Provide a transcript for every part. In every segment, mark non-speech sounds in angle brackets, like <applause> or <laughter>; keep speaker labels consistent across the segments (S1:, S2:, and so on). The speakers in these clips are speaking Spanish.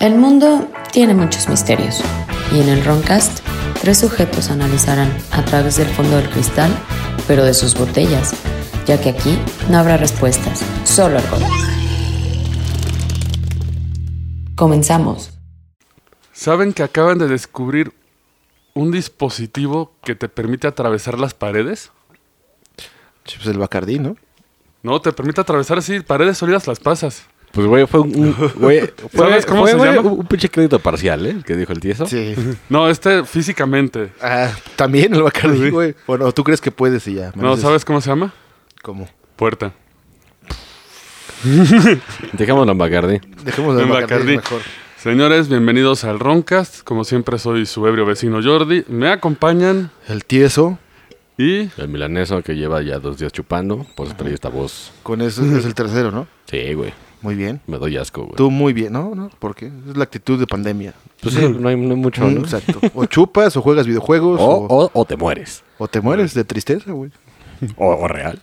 S1: El mundo tiene muchos misterios y en el Roncast tres sujetos analizarán a través del fondo del cristal, pero de sus botellas, ya que aquí no habrá respuestas, solo alcohol. Comenzamos.
S2: ¿Saben que acaban de descubrir un dispositivo que te permite atravesar las paredes?
S3: Sí, Pues el Bacardí, ¿no?
S2: No, te permite atravesar así, paredes sólidas las pasas.
S4: Pues, güey, fue
S2: <laughs>
S4: un. un- güey, fue,
S2: ¿Sabes cómo
S4: fue,
S2: se
S4: güey,
S2: llama?
S4: Un, un pinche crédito parcial, ¿eh? El que dijo el tieso.
S3: Sí.
S2: No, este físicamente.
S3: Ah, también el Bacardí, güey. Bueno, tú crees que puedes y ya.
S2: No,
S3: amaneces
S2: ¿sabes cómo se llama?
S3: ¿Cómo?
S2: Puerta.
S4: Dejémoslo en Bacardi.
S3: Dejemos el
S2: En
S3: Bacardí
S2: Bacardí.
S3: mejor.
S2: Señores, bienvenidos al Roncast. Como siempre, soy su ebrio vecino Jordi. Me acompañan
S3: El tieso,
S2: y
S4: El milaneso que lleva ya dos días chupando. Por eso trae esta voz.
S3: con eso es el tercero, ¿no?
S4: Sí, güey.
S3: Muy bien.
S4: Me doy asco, güey.
S3: Tú muy bien, ¿no? ¿No? ¿Por qué? Es la actitud de pandemia.
S4: Pues sí, no hay, no hay mucho,
S3: Mm,
S4: ¿no? Oh,
S3: Exacto. O chupas, o juegas videojuegos,
S4: O,
S3: o,
S4: o, o te mueres.
S3: o te mueres de tristeza, güey.
S4: O, o real.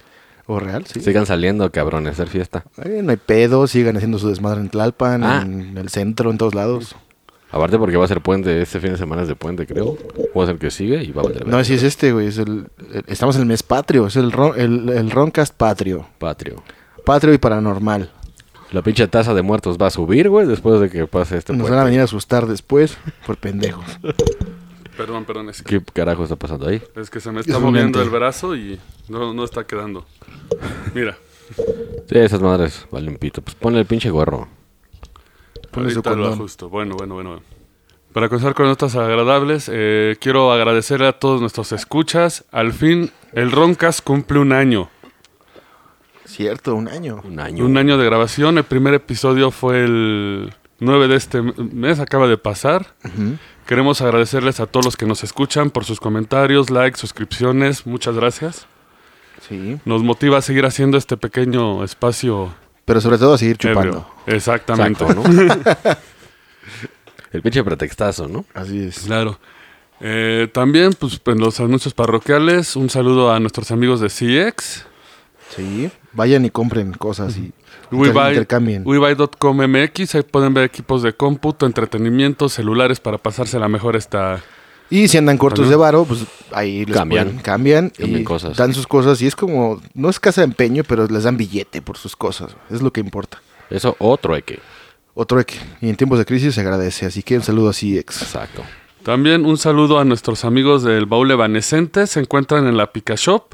S3: O real, sí.
S4: Sigan saliendo, cabrones, a hacer fiesta.
S3: Eh, no hay pedo, sigan haciendo su desmadre en Tlalpan,
S4: Ah.
S3: en el centro, en todos lados.
S4: Aparte porque va a ser puente. Este fin de semana es de puente, creo. Va a ser que sigue y va a valer
S3: No,
S4: verga.
S3: si es este, güey. Es el, el- estamos en el mes patrio. Es el, ron- el, el Roncast patrio.
S4: Patrio.
S3: Patrio y paranormal.
S4: La pinche tasa de muertos va a subir, güey, después de que pase este
S3: Nos
S4: puente.
S3: van a venir a asustar después por pendejos.
S2: Perdón, perdón, es que,
S4: ¿Qué carajo está pasando ahí?
S2: es que se me está
S3: Es un
S2: moviendo
S3: ente.
S2: el brazo y no, no está quedando. Mira,
S4: Sí, esas madres valen pito. Pues ponle el pinche gorro.
S3: Ponle su
S2: ahorita lo
S3: condón.
S2: ajusto. Bueno, bueno, bueno. bueno. Para comenzar con notas agradables, eh, quiero agradecer a todos nuestros escuchas. Al fin, el Roncast cumple un año.
S3: Cierto, un año.
S4: Un año.
S2: Un año de grabación. El primer episodio fue el 9 de este mes, acaba de pasar. Queremos agradecerles a todos los que nos escuchan por sus comentarios, likes, suscripciones. Muchas gracias.
S3: Sí.
S2: Nos motiva a seguir haciendo este pequeño espacio
S3: Pero sobre todo a seguir chupando.
S2: ebrio. Exactamente.
S4: Saco, ¿no?
S2: <laughs>
S4: el pinche pretextazo, ¿no?
S3: Así es.
S2: Claro. Eh, también, pues, en los anuncios parroquiales, un saludo a nuestros amigos de CX.
S3: Sí. Vayan y compren cosas y inter-
S2: WeBuy-
S3: intercambien.
S2: WeBuy.com MX, ahí pueden ver equipos de cómputo, entretenimiento, celulares para pasársela mejor esta,
S3: Y si andan cortos
S2: Ajá.
S3: de varo, pues ahí les
S4: Cambian.
S3: ponen- cambian y
S4: Cambian cosas.
S3: dan sus cosas. Y es como, no es casa de empeño, pero les dan billete por sus cosas. Es lo que importa.
S4: Eso otro hay que.
S3: Otro que y en tiempos de crisis se agradece. Así que un saludo a CX.
S4: Exacto.
S2: También un saludo a nuestros amigos del baúl evanescente. Se encuentran en la Pica Shop,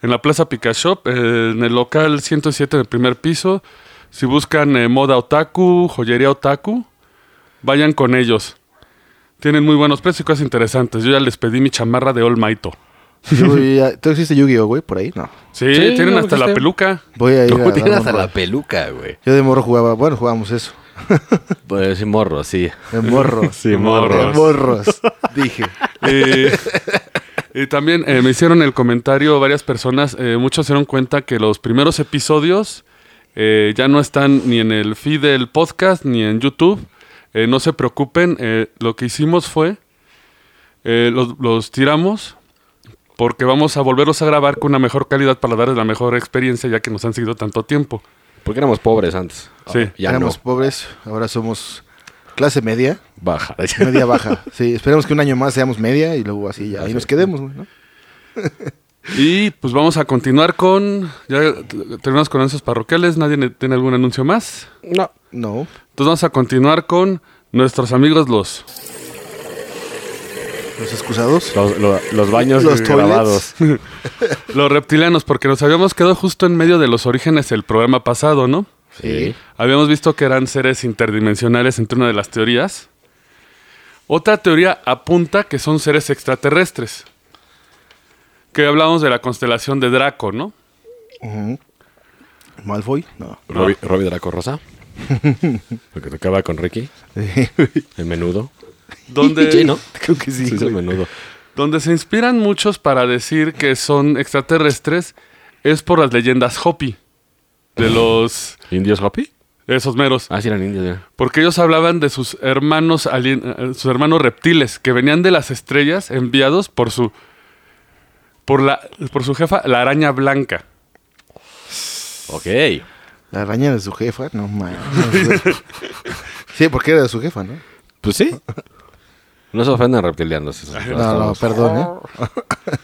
S2: en la Plaza Pica Shop, eh, en el local 107 del primer piso. Si buscan eh, moda otaku, joyería otaku, vayan con ellos. Tienen muy buenos precios y cosas interesantes. Yo ya les pedí mi chamarra de All Might.
S3: Yo voy a- ¿Tú existe Yu-Gi-Oh, güey? Por ahí, no.
S2: Sí,
S4: Sí,
S2: tienen
S4: no, pues este
S2: hasta la
S4: existe.
S2: peluca.
S3: Voy a ir a
S4: Tú
S3: dar
S4: tienes hasta
S3: morro.
S4: la peluca, güey.
S3: Yo de morro jugaba, bueno, jugábamos eso.
S4: Pues sí, morro, sí.
S3: De morros.
S4: Sí, morros.
S3: De morros. Dije.
S2: Eh, y también eh, me hicieron el comentario varias personas, eh, muchos se dieron cuenta que los primeros episodios eh, ya no están ni en el feed del podcast ni en YouTube. Eh, no se preocupen, eh, lo que hicimos fue, eh, los, los tiramos porque vamos a volverlos a grabar con una mejor calidad para darles la mejor experiencia ya que nos han seguido tanto tiempo.
S4: Porque éramos pobres antes. Ah,
S2: Sí.
S4: <laughs> Ya
S3: Éramos
S4: no.
S3: pobres, ahora somos clase media,
S4: Baja.
S3: <laughs> media baja. Sí, esperemos que un año más seamos media y luego así ya. Ahí
S4: Así
S3: nos
S4: es.
S3: quedemos, güey, ¿no?
S2: Y pues vamos a continuar con, ya t- terminamos con anuncios parroquiales, nadie ne- tiene algún anuncio más.
S4: No.
S3: No.
S2: Entonces vamos a continuar con nuestros amigos los...
S3: Los excusados.
S4: Los, lo- los
S3: <laughs>
S4: baños
S3: Los toilets.
S4: grabados.
S2: Los reptilianos, porque nos habíamos quedado justo en medio de los orígenes del programa pasado, ¿no?
S4: Sí.
S2: Habíamos visto que eran seres interdimensionales entre una de las teorías. Otra teoría apunta que son seres extraterrestres. Que hablamos de la constelación de Draco, ¿no?
S3: Ujú. Malfoy. No.
S4: Robbie, Robbie
S3: <laughs>
S4: Draco Rosa. Lo que tocaba con Ricky. El menudo.
S2: Donde,
S4: <laughs> Sí, ¿no?
S3: Creo que sí.
S4: Sí, es el
S3: güey.
S4: menudo.
S2: donde se inspiran muchos para decir que son extraterrestres es por las leyendas Hopi. De los...
S4: ¿Indios Hopi?
S2: Esos meros.
S4: Ah, sí, eran indios, ya.
S2: Porque ellos hablaban de sus hermanos alien- eh, sus hermanos reptiles que venían de las estrellas enviados por su por, la, por su jefa, la araña blanca.
S4: Ok.
S3: La araña de su jefa, no mames. sí, porque era de su jefa, ¿no?
S4: Pues
S3: <laughs>
S4: sí. No se ofenden reptilianos. esos
S3: No, no,
S4: bastardos.
S3: perdón, ¿eh?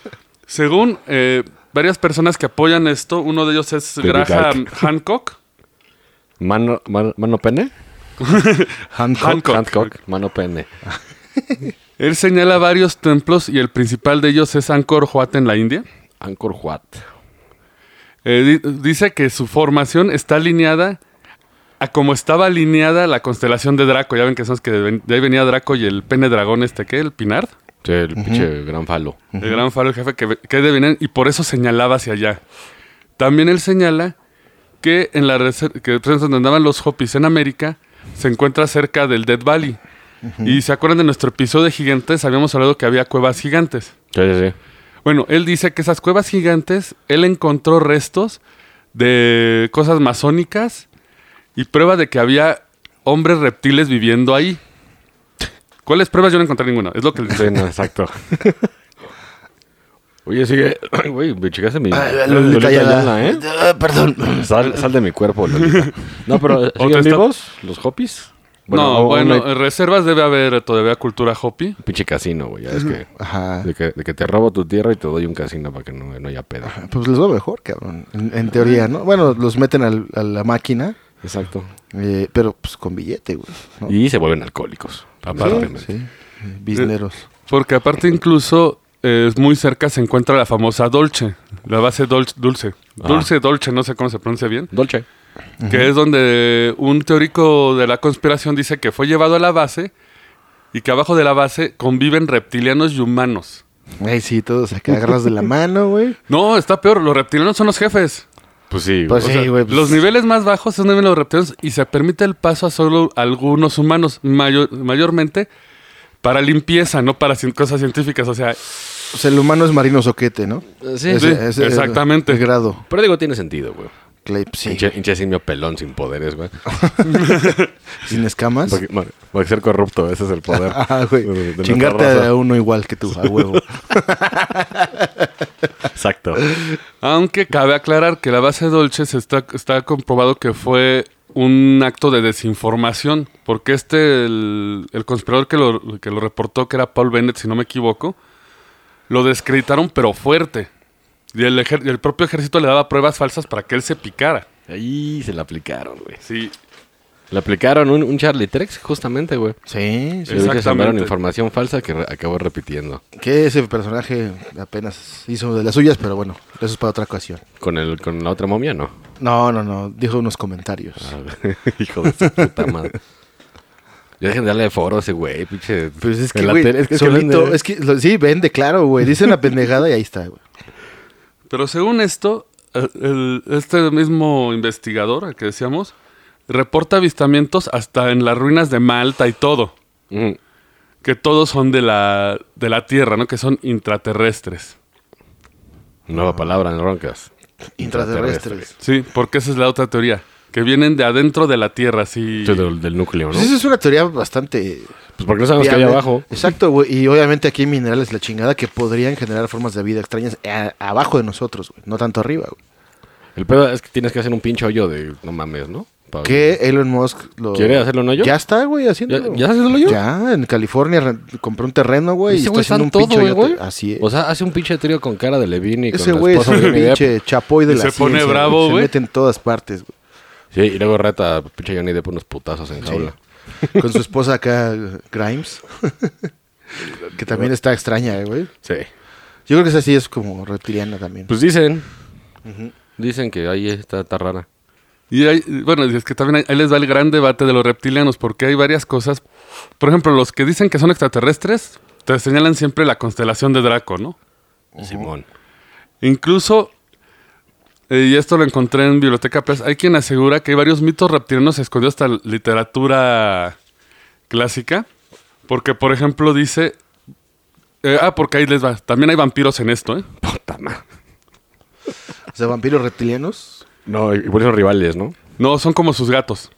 S2: Según eh, varias personas que apoyan esto, uno de ellos es
S4: David
S2: Graham
S4: Icke.
S2: <laughs> Hancock.
S4: Mano, mano, mano pene.
S3: Hancock.
S2: Hancock.
S4: Hancock, mano pene.
S2: Él señala varios templos y el principal de ellos es Angkor Wat en la India.
S4: Angkor Wat.
S2: Eh, di- dice que su formación está alineada a como estaba alineada la constelación de Draco. Ya ven que son los que ven- de ahí venía Draco y el pene dragón este, ¿qué? El Pinard.
S4: Sí, el pinche gran falo.
S2: El gran faro, el jefe que, ve- que devinían y por eso señalaba hacia allá. También él señala que en la reser- que pues, donde andaban los Hopis en América se encuentra cerca del Dead Valley. Y se acuerdan de nuestro episodio de gigantes, habíamos hablado que había cuevas gigantes.
S4: Sí, sí, sí.
S2: Bueno, él dice que esas cuevas gigantes, él encontró restos de cosas masónicas y prueba de que había hombres reptiles viviendo ahí. ¿Cuáles pruebas? Yo no encontré ninguna. Es lo que él dice.
S4: Sí, no,
S3: <laughs>
S4: exacto. Oye, sigue. <clears throat> Güey, me checaste mi.
S3: Ah, Lolita
S4: Lolita
S3: Ayala.
S4: Ayala, ¿eh?
S3: Ah, Perdón.
S4: Sal, sal de mi cuerpo, Lolita. No,
S2: <laughs>
S4: pero
S2: te
S4: ¿siguen
S2: está-
S4: vivos los hopis?
S2: no,
S4: aún
S2: bueno, eh,
S4: hay
S2: en reservas debe haber todavía cultura hopi.
S4: pinche casino, güey. Ya es que
S3: Ajá.
S4: de, que. de que te robo tu tierra y te doy un casino para que no, no haya pedo.
S3: Pues les va mejor, cabrón. En, en teoría, ¿no? Bueno, los meten al- a la máquina,
S4: Exacto.
S3: eh, pero pues con billete, güey. ¿no?
S4: Y se vuelven alcohólicos.
S2: Aparte.
S3: Sí, sí. Bisneros.
S4: Eh.
S2: Porque aparte incluso eh, es muy cerca se encuentra la famosa Dolce, la base dol- dulce.
S4: Ah.
S2: Dulce, Dolce, no sé cómo se pronuncia bien.
S4: Dolce.
S2: que es donde un teórico de la conspiración dice que fue llevado a la base y que abajo de la base conviven reptilianos y humanos.
S3: Ay, sí, todos acá agarras de la mano, güey.
S2: No, está peor, los reptilianos son los jefes.
S4: Pues sí,
S3: Pues
S4: güey.
S3: sí, güey. pues,
S2: Los niveles más bajos son donde viven los reptilianos y se permite el paso a solo algunos humanos, mayo- mayormente para limpieza, no para cien- cosas científicas. O sea,
S3: pues, el humano es marino soquete, ¿no?
S4: Sí,
S2: sí, exactamente.
S3: el grado.
S4: Pero digo, tiene sentido, güey.
S3: Clay, pues, sí.
S4: Hinche, hinche simio pelón sin poderes,
S3: <laughs>
S4: güey.
S3: Sin escamas.
S4: Porque, bueno, porque ser corrupto, ese es el poder.
S3: <laughs> Ah,
S4: de- de
S3: güey.
S4: nuestra
S3: Chingarte
S4: raza.
S3: a uno igual que tú, a huevo.
S4: Exacto.
S2: aunque cabe aclarar que la base Dolce se está, está comprobado que fue un acto de desinformación, porque este, el, el conspirador que lo, que lo reportó, que era Paul Bennett, si no me equivoco, lo descreditaron pero fuerte. Y el, ejer- y el propio ejército le daba pruebas falsas para que él se picara.
S4: Ahí se la aplicaron, güey.
S2: Sí,
S4: Le aplicaron un, un Charlie Trex, justamente, güey.
S3: Sí, sí.
S4: Se ve que sembraron
S2: Exactamente.
S4: información falsa que re- acabó repitiendo.
S3: Que ese personaje apenas hizo de las suyas, pero bueno, eso es para otra ocasión.
S4: Con, el, con la otra momia,
S3: <laughs>
S4: no.
S3: No, no, no, dijo unos comentarios.
S4: Hijo de su puta madre. Ya dejen de darle foro a ese güey, pinche.
S3: Pues es que,
S4: En la
S3: güey,
S4: tele- es que- es que
S3: solito,
S4: vende-
S3: es que, lo- sí, vende, claro, güey, dice una pendejada y ahí está,
S4: <laughs>
S3: güey.
S2: Pero según esto, el- el- este mismo investigador, al que decíamos, reporta avistamientos hasta en las ruinas de Malta y todo.
S4: Mm.
S2: Que todos son de la, de la Tierra, ¿no? Que son intraterrestres.
S4: Nueva palabra en Roncas.
S3: Intraterrestres.
S2: Sí, porque esa es la otra teoría. Que vienen de adentro de la Tierra, sí.
S4: Sí, Del, del núcleo, ¿no?
S3: Pues esa es una teoría bastante...
S4: Pues porque no sabemos qué hay
S3: viable.
S4: abajo.
S3: Exacto, güey, y obviamente aquí hay minerales la chingada que podrían generar formas de vida extrañas a- abajo de nosotros, güey, no tanto arriba, güey.
S4: El pedo es que tienes que hacer un pinche hoyo de no mames, ¿no? Pa-
S3: Que Elon Musk lo...
S4: ¿Quiere hacerlo en hoyo?
S3: Ya está, güey, haciéndolo.
S4: ¿Ya, ya haces el hoyo?
S3: Ya, en California re- compró un terreno, güey, y
S4: Ese
S3: está
S4: güey
S3: haciendo un
S4: está en
S3: pinche
S4: todo,
S3: hoyote.
S4: güey.
S3: Así es.
S4: O sea, hace un pinche trío con cara de Levine y
S3: Ese
S4: con la
S3: güey es
S4: esposa de
S3: un
S4: Johnny Depp.
S3: pinche chapoy de
S2: Y
S3: la
S2: se pone
S3: ciencia, güey.
S2: bravo, güey.
S3: Se mete en todas partes, güey.
S4: Sí, y luego reta a pinche Johnny Depp unos putazos en jaula.
S3: Con su esposa acá, <laughs> Grimes. que también está extraña, eh, güey.
S4: Sí.
S3: Yo creo que esa sí es como reptiliana también.
S4: Pues dicen. Dicen que ahí está, está rara.
S2: Y hay- bueno, y es que también hay- ahí les va el gran debate de los reptilianos, porque hay varias cosas. Por ejemplo, los que dicen que son extraterrestres, te señalan siempre la constelación de Draco, ¿no?
S4: Simón.
S2: Incluso, eh, y esto lo encontré en Biblioteca Press, hay quien asegura que hay varios mitos reptilianos escondidos hasta la literatura clásica. Porque, por ejemplo, dice... eh, ah, porque ahí les va. También hay vampiros en esto, ¿eh?
S4: Puta madre.
S3: O sea, vampiros reptilianos.
S4: No, igual son rivales, ¿no?
S2: No, son como sus gatos.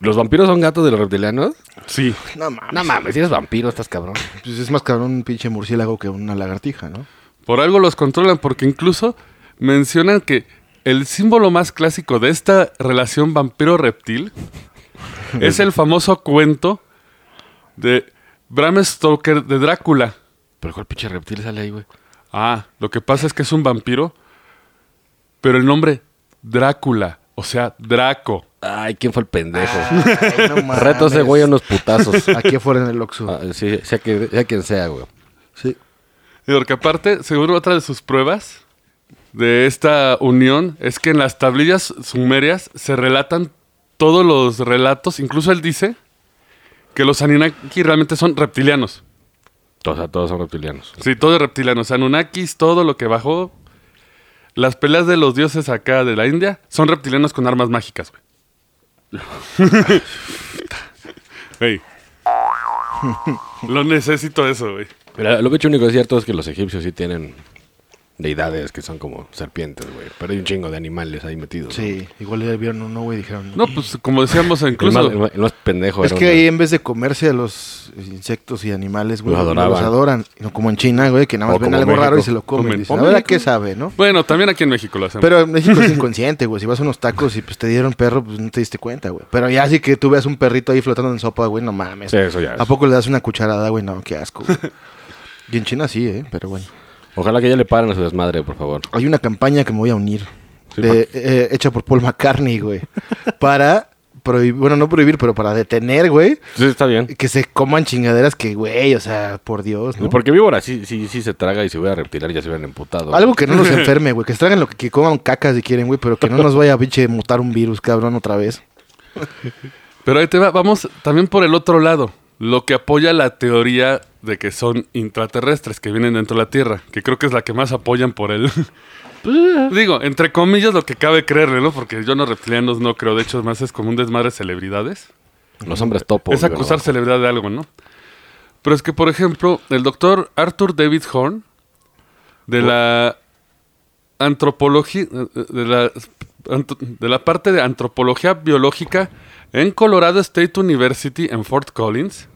S4: ¿Los vampiros son gatos de los reptilianos?
S2: Sí.
S3: No mames.
S4: No mames, si eres vampiro, estás cabrón.
S3: Pues es más cabrón un pinche murciélago que una lagartija, ¿no?
S2: Por algo los controlan, porque incluso mencionan que el símbolo más clásico de esta relación vampiro-reptil es el famoso cuento de Bram Stoker de Drácula.
S4: Pero ¿cuál pinche reptil sale ahí, güey?
S2: Ah, lo que pasa es que es un vampiro, pero el nombre Drácula, o sea, Draco.
S4: Ay, ¿quién fue el pendejo?
S3: Ay, no
S4: <laughs>
S3: Ah, mames.
S4: Reto ese güey a
S3: <laughs>
S4: unos putazos.
S3: Aquí afuera en el Oxxo.
S4: Ah, sí, sea, que- sea quien sea, güey.
S3: Sí.
S2: Y porque aparte, seguro otra de sus pruebas de esta unión es que en las tablillas sumerias se relatan todos los relatos, incluso él dice que los Anunnaki realmente son reptilianos.
S4: Todos, a todos son reptilianos.
S2: Sí, todo es reptiliano. Anunnakis, todo lo que bajó. Las peleas de los dioses acá de la India son reptilianos con armas mágicas, güey. Güey. Lo necesito eso, güey.
S4: Mira, lo hecho único cierto es que los egipcios sí tienen deidades que son como serpientes, güey. Pero hay un chingo de animales ahí metidos. ¿no?
S3: Sí, igual ya vieron uno, güey, dijeron.
S2: No, pues como decíamos
S4: El más,
S2: incluso...
S4: el más- el más pendejo
S3: es
S4: era
S3: que
S4: una-
S3: ahí en vez de comerse a los insectos y animales, güey,
S4: Los
S3: los,
S4: adoraban.
S3: adoran. No como en China, güey, que nada
S4: O
S3: más ven
S4: como
S3: algo raro y
S4: México.
S3: se lo
S2: Comen.
S3: comen. Dicen,
S2: O
S3: a ver a
S2: México.
S3: qué sabe, ¿no?
S2: Bueno, también aquí en México lo hacemos.
S3: Pero en México
S4: <laughs>
S3: es inconsciente, güey. Si vas a unos tacos y pues te dieron perro, pues no te diste cuenta, güey. Pero ya sí que tú veas un perrito ahí flotando en sopa, güey, no mames.
S4: Sí, eso ya
S3: ¿A
S4: es.
S3: poco le das una cucharada, güey? No, qué asco.
S4: <laughs>
S3: güey. y en China sí, ¿eh? Pero bueno.
S4: Ojalá que ya le paren a su desmadre, por favor.
S3: Hay una campaña que me voy a unir.
S4: Sí,
S3: de-
S4: Mac-
S3: eh, hecha por Paul McCartney,
S4: <laughs>
S3: güey. para prohibir, bueno, no prohibir, pero para detener, güey.
S4: Sí, está bien.
S3: Que se coman chingaderas que, güey, o sea, por Dios, ¿no?
S4: Porque víbora sí, sí, sí se traga y si hubiera reptilar ya se hubieran emputado.
S3: Algo que no
S4: <laughs>
S3: nos enferme, güey. Que se traigan lo que, que coman cacas si quieren, güey. Pero que no nos vaya a pinche mutar un virus, cabrón, otra vez.
S2: Pero ahí te va, vamos también por el otro lado, lo que apoya la teoría de que son intraterrestres que vienen dentro de la Tierra, que creo que es la que más apoyan por él. <laughs> Digo, entre comillas lo que cabe creerle, ¿no? Porque yo no reptilianos no creo, de hecho más es como un desmadre de celebridades.
S4: Los hombres topo.
S2: es
S4: güey,
S2: acusar
S4: ¿no?
S2: celebridad de algo, ¿no? Pero es que, por ejemplo, el doctor Arthur David Horn, de la antropología, eh, de la, anto- de la parte de antropología biológica en Colorado State University en Fort Collins,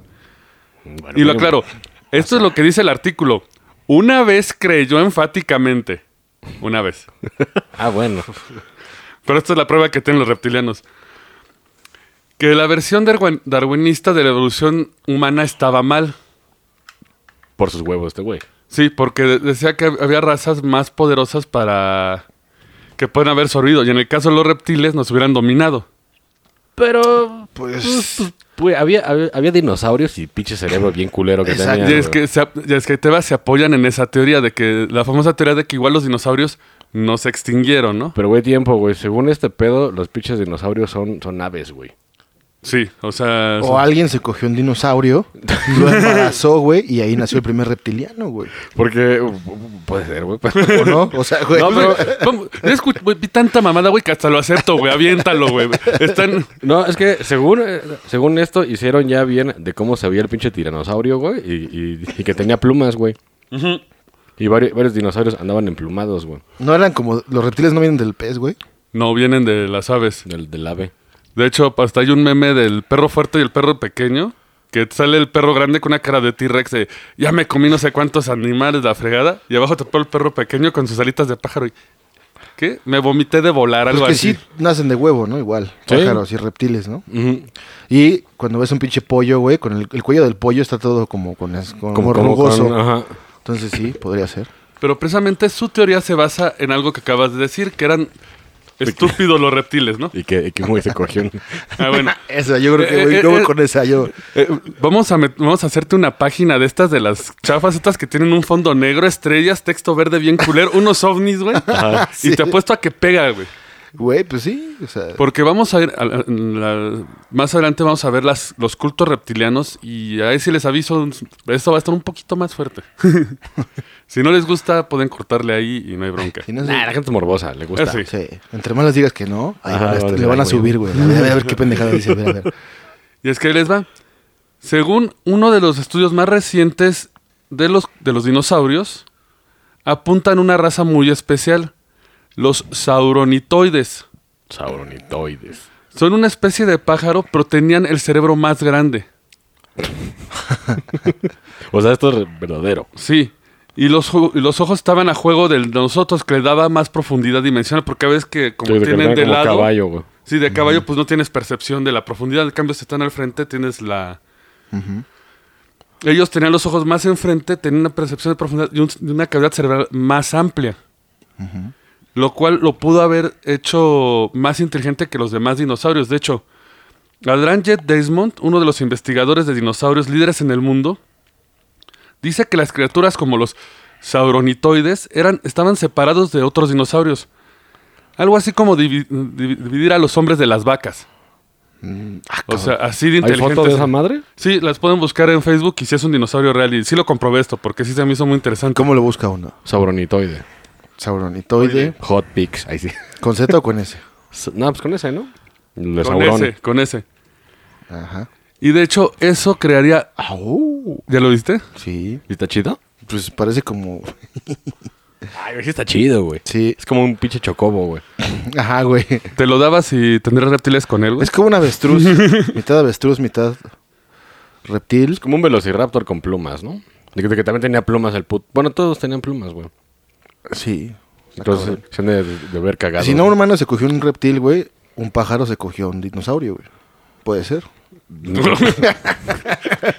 S4: Bueno,
S2: y lo
S4: mínimo.
S2: aclaro, esto es lo que dice el artículo. Una vez creyó enfáticamente, una vez,
S4: Ah, bueno.
S2: pero esta es la prueba que tienen los reptilianos. Que la versión darwin- darwinista de la evolución humana estaba mal.
S4: Por sus huevos este güey.
S2: Sí, porque de- decía que hab- había razas más poderosas para que pueden haber sorbido. Y en el caso de los reptiles nos hubieran dominado.
S4: Pero,
S3: Pues-
S4: pues, había, había, había dinosaurios y pinche cerebro bien culero que
S3: Exacto.
S4: tenía.
S2: Y es
S4: güey.
S2: que, se, ap- y es que te vas, se apoyan en esa teoría de que la famosa teoría de que igual los dinosaurios no se extinguieron, ¿no?
S4: Pero, güey, tiempo, güey. Según este pedo, los pinches dinosaurios son, son aves, güey.
S2: Sí, o sea...
S3: O alguien se cogió un dinosaurio, lo embarazó, güey, y ahí nació el primer reptiliano, güey.
S4: Porque u- u- puede ser, güey. <laughs> pero-
S3: ¿O no? O sea, güey.
S2: No, pero vamos, yo escuch- güey, vi tanta mamada, güey, que hasta lo acepto, güey. Aviéntalo, güey. Están...
S4: No, es que según, eh, según esto hicieron ya bien de cómo se veía el pinche tiranosaurio, güey, y, y- y que tenía plumas, güey. Y varios, varios dinosaurios andaban emplumados, güey,
S3: No eran como. Los reptiles no vienen del pez, güey.
S2: No, vienen de las aves.
S4: del, del ave.
S2: De hecho, hasta hay un meme del perro fuerte y el perro pequeño. Que sale el perro grande con una cara de T-Rex de ya me comí no sé cuántos animales la fregada. Y abajo tapó el perro pequeño con sus alitas de pájaro. Y, ¿Qué? Me vomité de volar,
S3: Pues
S2: algo
S3: que
S2: así.
S3: sí nacen de huevo, ¿no? Igual.
S4: Sí.
S3: Pájaros y reptiles, ¿no? Y cuando ves un pinche pollo, güey, con el, el cuello del pollo está todo como con las- como, rugoso.
S4: con- ajá.
S3: Entonces sí, podría ser.
S2: Pero precisamente su teoría se basa en algo que acabas de decir, que eran estúpidos los reptiles, ¿no?
S4: Y que, y que güey, se
S3: <laughs>
S4: cogió un- <laughs>
S2: Ah, bueno.
S3: Esa, yo creo que,
S2: Eh,
S3: güey,
S2: eh,
S3: yo voy
S2: eh.
S3: con esa, yo.
S2: Eh, vamos, a met- vamos a hacerte una página de estas de las chafas, estas que tienen un fondo negro, estrellas, texto verde bien culero, unos ovnis,
S3: <laughs>
S2: güey. Y
S3: Ah, sí.
S2: te apuesto a que pega, güey.
S3: Güey, pues sí, o sea.
S2: Porque vamos a ir, a la- la- más adelante vamos a ver las, los cultos reptilianos y ahí sí les aviso, esto va a estar un poquito más fuerte. si no les gusta, pueden cortarle ahí y no hay bronca.
S3: si no sé-
S4: Nah, la gente es morbosa, le gusta.
S2: Eso sí.
S3: Sí. Entre más las digas que no, ahí
S4: Ajá,
S3: van a-
S4: vale,
S3: le van a
S4: güey.
S3: subir, güey. A ver, a ver, a ver qué pendejada dice. A ver, a ver.
S2: Y es que ahí les va. Según uno de los estudios más recientes de los, de los dinosaurios, apuntan una raza muy especial, los sauronitoides.
S4: Sauronitoides.
S2: Son una especie de pájaro, pero tenían el cerebro más grande.
S4: O sea, esto es verdadero.
S2: Sí. Y los, ju- y los ojos estaban a juego de nosotros, que le daba más profundidad dimensional, porque a veces que como
S4: Sí, de
S2: tienen
S4: verdad,
S2: de
S4: como
S2: lado...
S4: caballo, güey.
S2: Sí, de caballo pues no tienes percepción de la profundidad. En cambio, si están al frente, tienes la... Ellos tenían los ojos más enfrente, tenían una percepción de profundidad y, un- y una cavidad cerebral más amplia. Lo cual lo pudo haber hecho más inteligente que los demás dinosaurios. De hecho, Aldrin Jet Desmond, uno de los investigadores de dinosaurios líderes en el mundo, dice que las criaturas como los sauronitoides eran, estaban separados de otros dinosaurios. Algo así como divi- divi- dividir a los hombres de las vacas. o sea, así de
S4: ¿Hay
S2: inteligente.
S4: fotos de esa madre?
S2: Sí, las pueden buscar en Facebook y si es un dinosaurio real. Y sí lo comprobé esto, porque sí se me hizo muy interesante.
S3: ¿Cómo lo busca uno?
S4: Sauronitoide.
S3: Sauronitoide.
S4: Hot pics, ahí sí.
S3: ¿Con Z o
S2: <laughs>
S3: con S?
S4: S- No, pues con ese, ¿no? El de
S2: Con
S4: Sauron.
S2: ese, con ese.
S3: Ajá.
S2: Y de hecho, eso crearía. ¿Ya lo viste?
S3: Sí.
S4: ¿Y está chido?
S3: Pues parece como. <laughs>
S4: Ay, güey, sí está chido, güey.
S3: Sí.
S4: Es como un pinche chocobo, güey.
S3: Ajá, güey.
S2: Te lo dabas y tendrías reptiles con él, güey.
S3: Es como
S2: <laughs>
S3: un avestruz. mitad avestruz, mitad reptil.
S4: Es como un velociraptor con plumas, ¿no? De que, de que también tenía plumas el put... Bueno, todos tenían plumas, güey.
S3: Sí.
S4: Entonces, se han de, de ver cagado.
S3: Si no, un humano se cogió un reptil, güey. Un pájaro se cogió un dinosaurio, güey. Puede ser.
S4: no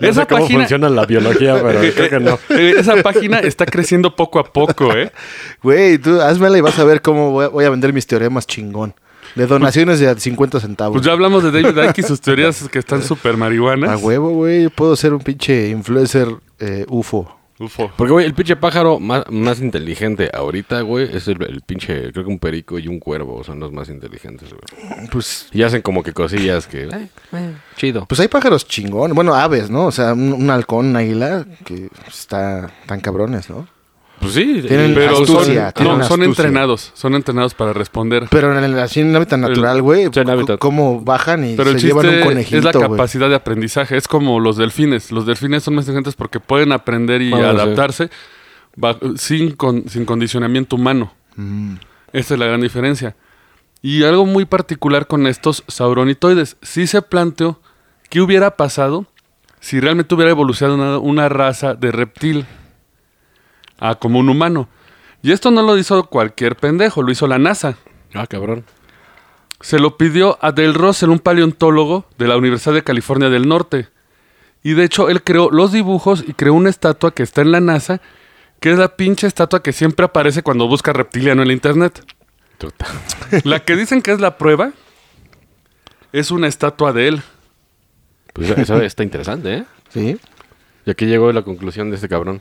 S4: sé
S2: Esa
S4: cómo
S2: página-
S4: funciona la biología, <laughs> pero creo que no.
S2: Eh, Esa página está creciendo poco a poco, ¿eh?
S3: Güey, tú házmela y vas a ver cómo voy a, voy a vender mis teoremas chingón. De donaciones de a 50 centavos.
S2: Pues ya hablamos de David Icke y sus teorías que están súper
S3: a
S2: marihuanas.
S3: huevo, Ah, güey. Puedo ser un pinche influencer eh, UFO.
S2: Ufo.
S4: Porque, güey, el pinche pájaro más, más inteligente ahorita, güey, es el, el pinche... Creo que un perico y un cuervo son los más inteligentes, güey.
S3: Pues
S4: Y hacen como que cosillas que... eh, eh, chido.
S3: Pues hay pájaros chingón, bueno, aves, ¿no? O sea, un, un halcón, un águila, que está tan cabrones, ¿no?
S4: Pues sí.
S3: Tienen-
S4: pero-
S2: Pero
S3: Astucia,
S2: son, no,
S3: tienen
S2: son
S3: astucia.
S2: entrenados, son entrenados para responder.
S3: Pero en el, así en el hábitat natural, güey,
S4: sí, en
S3: c-
S4: hábitat.
S3: cómo bajan y
S2: Pero el
S3: se llevan un
S2: chiste
S3: conejito,
S2: es la
S3: güey.
S2: capacidad de aprendizaje. Es como los delfines. Los delfines son más inteligentes porque pueden aprender y
S4: Bueno, sí.
S2: adaptarse ba- sin, con- sin condicionamiento humano.
S3: Mm.
S2: Esa es la gran diferencia. Y algo muy particular con estos sauronitoides. Sí se planteó qué hubiera pasado si realmente hubiera evolucionado una, una raza de reptil a como un humano. Y esto no lo hizo cualquier pendejo, lo hizo la NASA.
S4: Ah, cabrón.
S2: Se lo pidió a Del Russell, un paleontólogo de la Universidad de California del Norte. Y de hecho, él creó los dibujos y creó una estatua que está en la NASA, que es la pinche estatua que siempre aparece cuando busca reptiliano en la internet.
S4: Truta. <laughs>
S2: La que dicen que es la prueba es una estatua de él.
S4: Pues eso está interesante, ¿eh?
S3: Sí.
S4: Y aquí llegó la conclusión de este cabrón.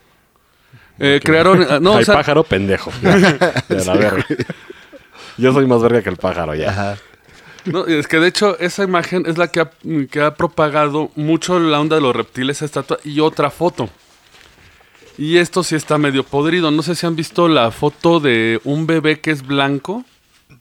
S2: Eh, crearon. ah, No,
S4: Ay,
S2: o sea, <laughs>
S4: pájaro pendejo. De la verga. Yo soy más verga que el pájaro, ya.
S2: no, es que de hecho, esa imagen es la que ha, que ha propagado mucho la onda de los reptiles, esa estatua y otra foto. Y esto sí está medio podrido. No sé si han visto la foto de un bebé que es blanco.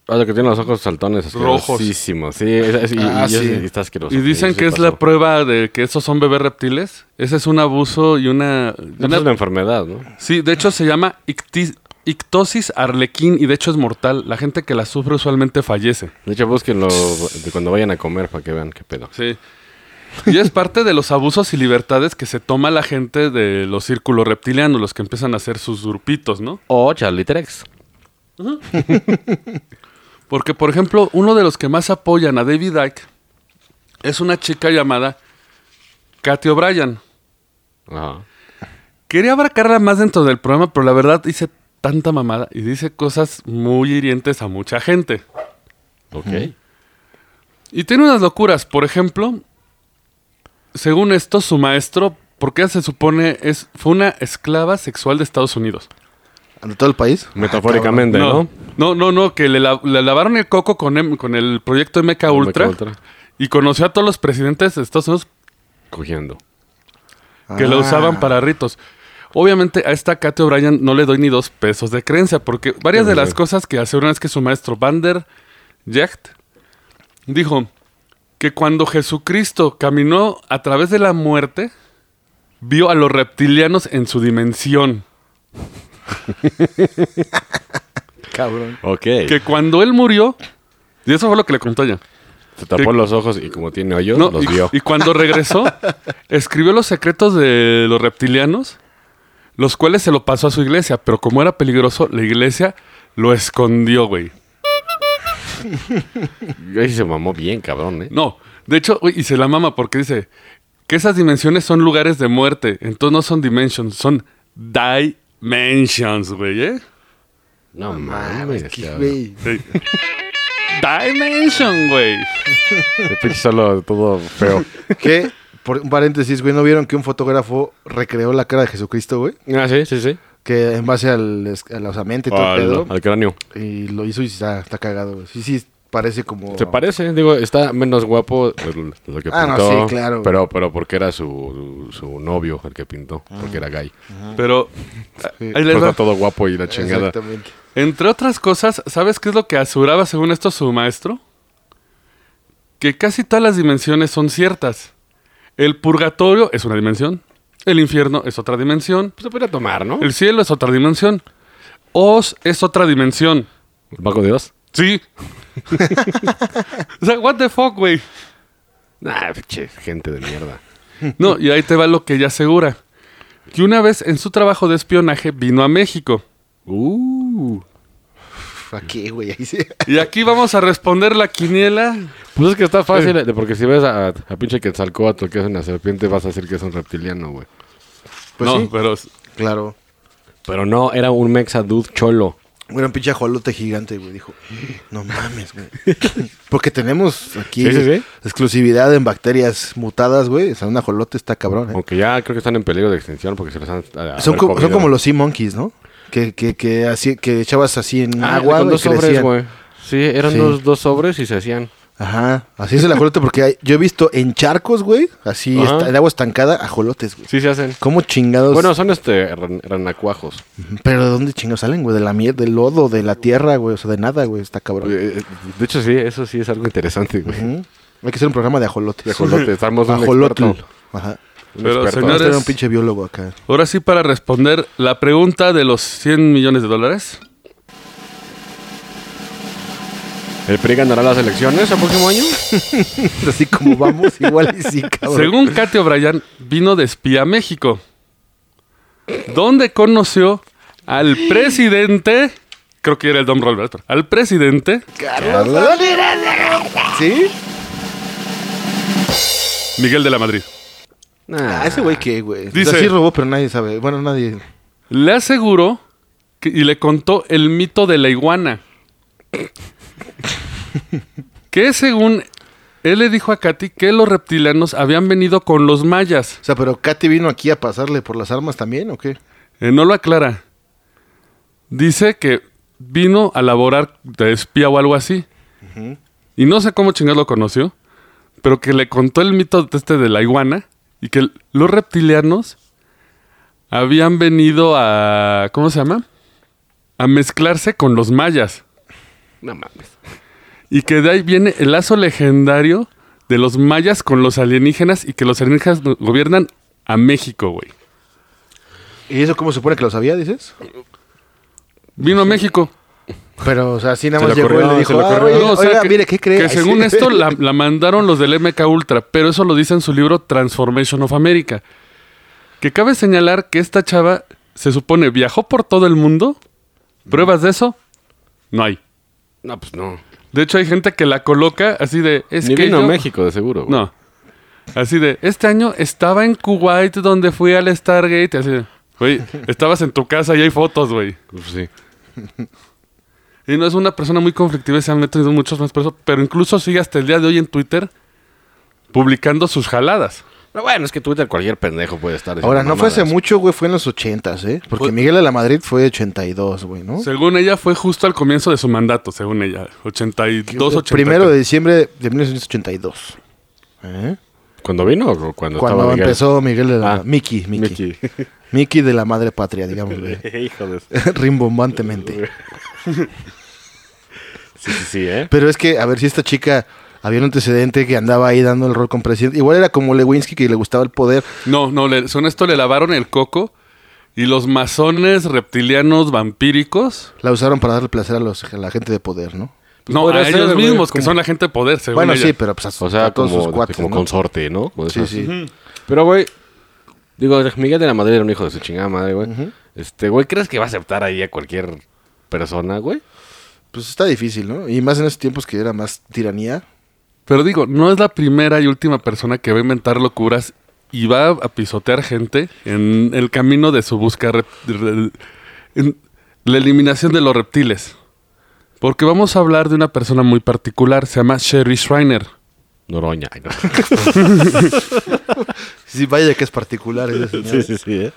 S4: Ah, lo que tiene los ojos saltones.
S2: Rojos.
S4: asquerosísimos. Sí, es- es- y,
S3: Ah,
S4: y es-
S3: sí.
S4: y está asqueroso.
S2: Y dicen
S4: Sí, sí
S2: que es
S4: pasó.
S2: la prueba de que esos son bebés reptiles. Ese es un abuso y una... y
S4: No, pues
S2: una-
S4: es una enfermedad, ¿no?
S2: Sí, de hecho se llama icti- ictosis arlequín y de hecho es mortal. La gente que la sufre usualmente fallece.
S4: De hecho, búsquenlo de cuando vayan a comer para que vean qué pedo.
S2: Sí. Y es parte de los abusos y libertades que se toma la gente de los círculos reptilianos, los que empiezan a hacer sus grupitos, ¿no?
S4: O Charlie Trex.
S2: Porque, por ejemplo, uno de los que más apoyan a David Icke es una chica llamada Katy O'Brien.
S4: Ajá.
S2: Quería abarcarla más dentro del programa, pero la verdad dice tanta mamada y dice cosas muy hirientes a mucha gente.
S4: Ok.
S2: Y tiene unas locuras, por ejemplo, según esto, su maestro, porque ella se supone es, fue una esclava sexual de Estados Unidos.
S3: ¿De todo el
S4: Ah,
S3: país?
S4: Metafóricamente, ¿no?
S2: Ah, No, no, no, no, que le, la- le lavaron el coco con, em- con el proyecto MK Ultra,
S4: MK Ultra.
S2: y conoció a todos los presidentes de Estados Unidos
S4: Cogiendo.
S2: que la
S3: Ah.
S2: usaban para ritos. Obviamente a esta Katy O'Brien no le doy ni dos pesos de creencia, porque varias de las cosas que aseguran es que su maestro Vander Jacht dijo que cuando Jesucristo caminó a través de la muerte, vio a los reptilianos en su dimensión.
S3: Cabrón.
S4: Ok.
S2: Que cuando él murió, y eso fue lo que le contó ella,
S4: Se tapó
S2: que-
S4: los ojos y como tiene hoyos,
S2: No,
S4: los
S2: y,
S4: vio. <laughs>
S2: y cuando regresó, escribió los secretos de los reptilianos, los cuales se lo pasó a su iglesia, pero como era peligroso, la iglesia lo escondió, güey.
S4: Ahí se mamó bien, cabrón, ¿eh?
S2: No, de hecho, güey, y se la mama porque dice que esas dimensiones son lugares de muerte, entonces no son dimensions, son dimensions, güey, ¿eh?
S4: No,
S3: Mames,
S4: mames,
S3: qué
S4: cabrón.
S3: Ah, güey.
S4: <laughs>
S2: Sí. Dimension, güey.
S4: Qué pinche solo todo feo.
S3: Que, por un paréntesis, güey, ¿no vieron que un fotógrafo recreó la cara de Jesucristo, güey?
S4: Ah, sí, sí, sí.
S3: Que en base al, es- a la osamenta y todo el pedo.
S4: Al cráneo.
S3: Y lo hizo y está, está cagado, güey. Sí, sí, parece como...
S4: Se parece, digo, está menos guapo de lo de lo que pintó.
S3: Ah, no, sí, claro.
S4: Pero, pero porque era su, su novio el que pintó, porque era gay.
S2: Pero
S3: Sí.
S2: ahí
S4: Pero
S2: les
S4: está
S2: va.
S4: todo guapo y la chingada.
S3: Exactamente.
S2: Entre otras cosas, ¿sabes qué es lo que aseguraba según esto su maestro? Que casi todas las dimensiones son ciertas. El purgatorio es una dimensión, el infierno es otra dimensión,
S4: Pues se podría tomar, ¿no?
S2: el cielo es otra dimensión, Oz es otra dimensión.
S4: ¿El Paco de Dios?
S2: Sí. <laughs> o sea, what the fuck, güey.
S4: Nah, pinche gente de mierda.
S2: No, y ahí te va lo que ella asegura. Que una vez en su trabajo de espionaje vino a México.
S4: Uh.
S3: Uf, ¿A qué, güey? <laughs> Ahí sí.
S2: Y aquí vamos a responder la quiniela.
S4: Pues es que está fácil, eh, porque si ves a, a pinche Quetzalcóatl que es una serpiente, vas a decir que es un reptiliano, güey.
S3: Pues
S2: no,
S3: sí,
S2: pero
S3: claro.
S4: Pero no, era un mexa dude cholo.
S3: Era un pinche ajolote gigante, güey. Dijo, no mames,
S4: <laughs>
S3: güey. Porque tenemos aquí
S4: Sí, sí, sí.
S3: exclusividad en bacterias mutadas, güey. O sea, un ajolote está cabrón, ¿eh?
S4: Aunque ya creo que están en peligro de extinción porque se los han... a- a
S3: Son,
S4: haber
S3: co- son
S4: comido.
S3: como los sea monkeys, ¿no? Que, que, que, así, que echabas así en
S4: Ah,
S3: agua,
S4: con
S3: güey,
S4: dos
S3: y
S4: sobres,
S3: crecían.
S4: güey. Sí, eran
S3: Sí.
S4: Dos, dos sobres y se hacían.
S3: Ajá. Así es el ajolote porque hay- yo he visto en charcos, güey, así,
S4: Ajá.
S3: esta- en agua estancada, ajolotes, güey.
S4: Sí, se hacen.
S3: ¿Cómo chingados?
S4: Bueno, son este ran- ranacuajos.
S3: Pero ¿de dónde chingados salen, güey? De la mierda, del lodo, de la tierra, güey. O sea, de nada, güey. Está cabrón.
S4: Eh, De hecho, sí, eso sí es algo interesante, güey.
S3: Ujú. Hay que hacer un programa de ajolotes.
S4: De ajolote, estamos un
S3: Ajolotl.
S4: experto.
S3: Ajá.
S4: Un
S2: Pero,
S4: experto.
S2: señores-
S3: Este era un pinche biólogo acá. <laughs>
S2: Ahora sí, para responder la pregunta de los 100 millones de dólares.
S4: ¿El PRI ganará las elecciones el próximo año?
S3: Así como vamos, igual y sí, cabrón.
S2: Según Katy O'Brien, vino de espía a México, donde conoció al presidente, creo que era el Dom Roll, ¿verdad? al presidente
S3: Carlos. ¿Sí?
S2: Miguel de la Madrid.
S3: Ah, ese güey qué, güey. Dice...
S2: Dice-
S3: sí robó, pero nadie sabe. Bueno, nadie.
S2: Le aseguró que- y le contó el mito de la iguana. Que según él le dijo a Katy que los reptilianos habían venido con los mayas.
S3: O sea, pero Katy vino aquí a pasarle por las armas también, ¿o qué?
S2: Eh, no lo aclara. Dice que vino a laborar de espía o algo así. Y no sé cómo chingados lo conoció, pero que le contó el mito de este de la iguana y que l- los reptilianos habían venido a... ¿Cómo se llama? A mezclarse con los mayas.
S4: No mames.
S2: Y que de ahí viene el lazo legendario de los mayas con los alienígenas y que los alienígenas go- gobiernan a México, güey.
S3: ¿Y eso cómo se supone que lo sabía, dices?
S2: Vino a México.
S3: Pero, o sea, así nada
S4: Se
S3: más
S4: le
S3: llegó y
S4: ocurrió,
S3: le
S4: se
S3: dijo,
S4: le
S3: ah,
S4: ocurrió.
S3: oye,
S2: No, o sea,
S3: oiga,
S2: que-
S3: mire, ¿qué crees?
S2: Que
S3: <laughs>
S2: según esto la, la mandaron los del MK Ultra, pero eso lo dice en su libro Transformation of America. Que cabe señalar que esta chava se supone viajó por todo el mundo. ¿Pruebas de eso? No hay.
S4: No, pues no.
S2: De hecho, hay gente que la coloca así de. Es
S4: Ni
S2: que
S4: vino
S2: yo-
S4: a México, de seguro, güey.
S2: No. Así de. Este año estaba en Kuwait donde fui al Stargate. Así de. Güey, estabas en tu casa y hay fotos, güey.
S4: Pues sí.
S2: Y no es una persona muy conflictiva, y se han metido muchos más presos, pero incluso sigue hasta el día de hoy en Twitter publicando sus jaladas.
S4: Pero bueno, es que Twitter cualquier pendejo puede estar. diciendo
S3: Ahora, no fue hace
S4: mamadas.
S3: mucho, güey, fue en los ochentas, ¿eh? Porque
S2: Fue-
S3: Miguel de la Madrid fue 82, güey, ¿no?
S2: Según ella, fue justo al comienzo de su mandato, según ella.
S3: Que-
S2: 82, 83.
S3: Primero de diciembre de 1982. ¿Eh?
S4: ¿Cuando vino o
S3: Cuando
S4: cuando, estaba Miguel?
S3: empezó Miguel de la...
S4: Ah,
S3: Mickey, Mickey. Mickey.
S4: Mickey. <laughs>
S3: de la madre patria, digamos, güey. <laughs>
S4: Hijo de...
S3: Rimbombantemente.
S4: Sí, sí, sí, ¿eh?
S3: Pero es que, a ver, si esta chica había un antecedente que andaba ahí dando el rol con presidente. Igual era como Lewinsky que le gustaba el poder.
S2: No, no, le- son esto le lavaron el coco y los masones reptilianos vampíricos.
S3: La usaron para darle placer a, los, a la gente de poder, ¿no?
S2: No, a
S4: podría ser,
S2: ellos
S4: güey,
S2: mismos, que
S4: como-
S2: son la gente de poder, según
S3: bueno,
S2: ella.
S3: sí, pero pues a, su-
S4: O sea,
S3: a todos
S4: como,
S3: sus cuates.
S4: como
S3: ¿no?
S4: consorte, ¿no? O
S3: Sí,
S4: sea,
S3: sí.
S4: Pero, güey, Digo, Miguel de la Madrid era un hijo de su chingada madre, güey. Este, güey, ¿crees que va a aceptar ahí a cualquier persona, güey?
S3: Pues está difícil, ¿no? Y más en esos tiempos que era más tiranía.
S2: Pero digo, no es la primera y última persona que va a inventar locuras y va a pisotear gente en el camino de su busca rep- re- en la eliminación de los reptiles. Porque vamos a hablar de una persona muy particular, se llama Sherry Schreiner.
S4: Noroña. Ay, no.
S3: Sí, vaya que es
S4: <laughs>
S3: particular. esa señora.
S4: sí, sí, sí, ¿eh?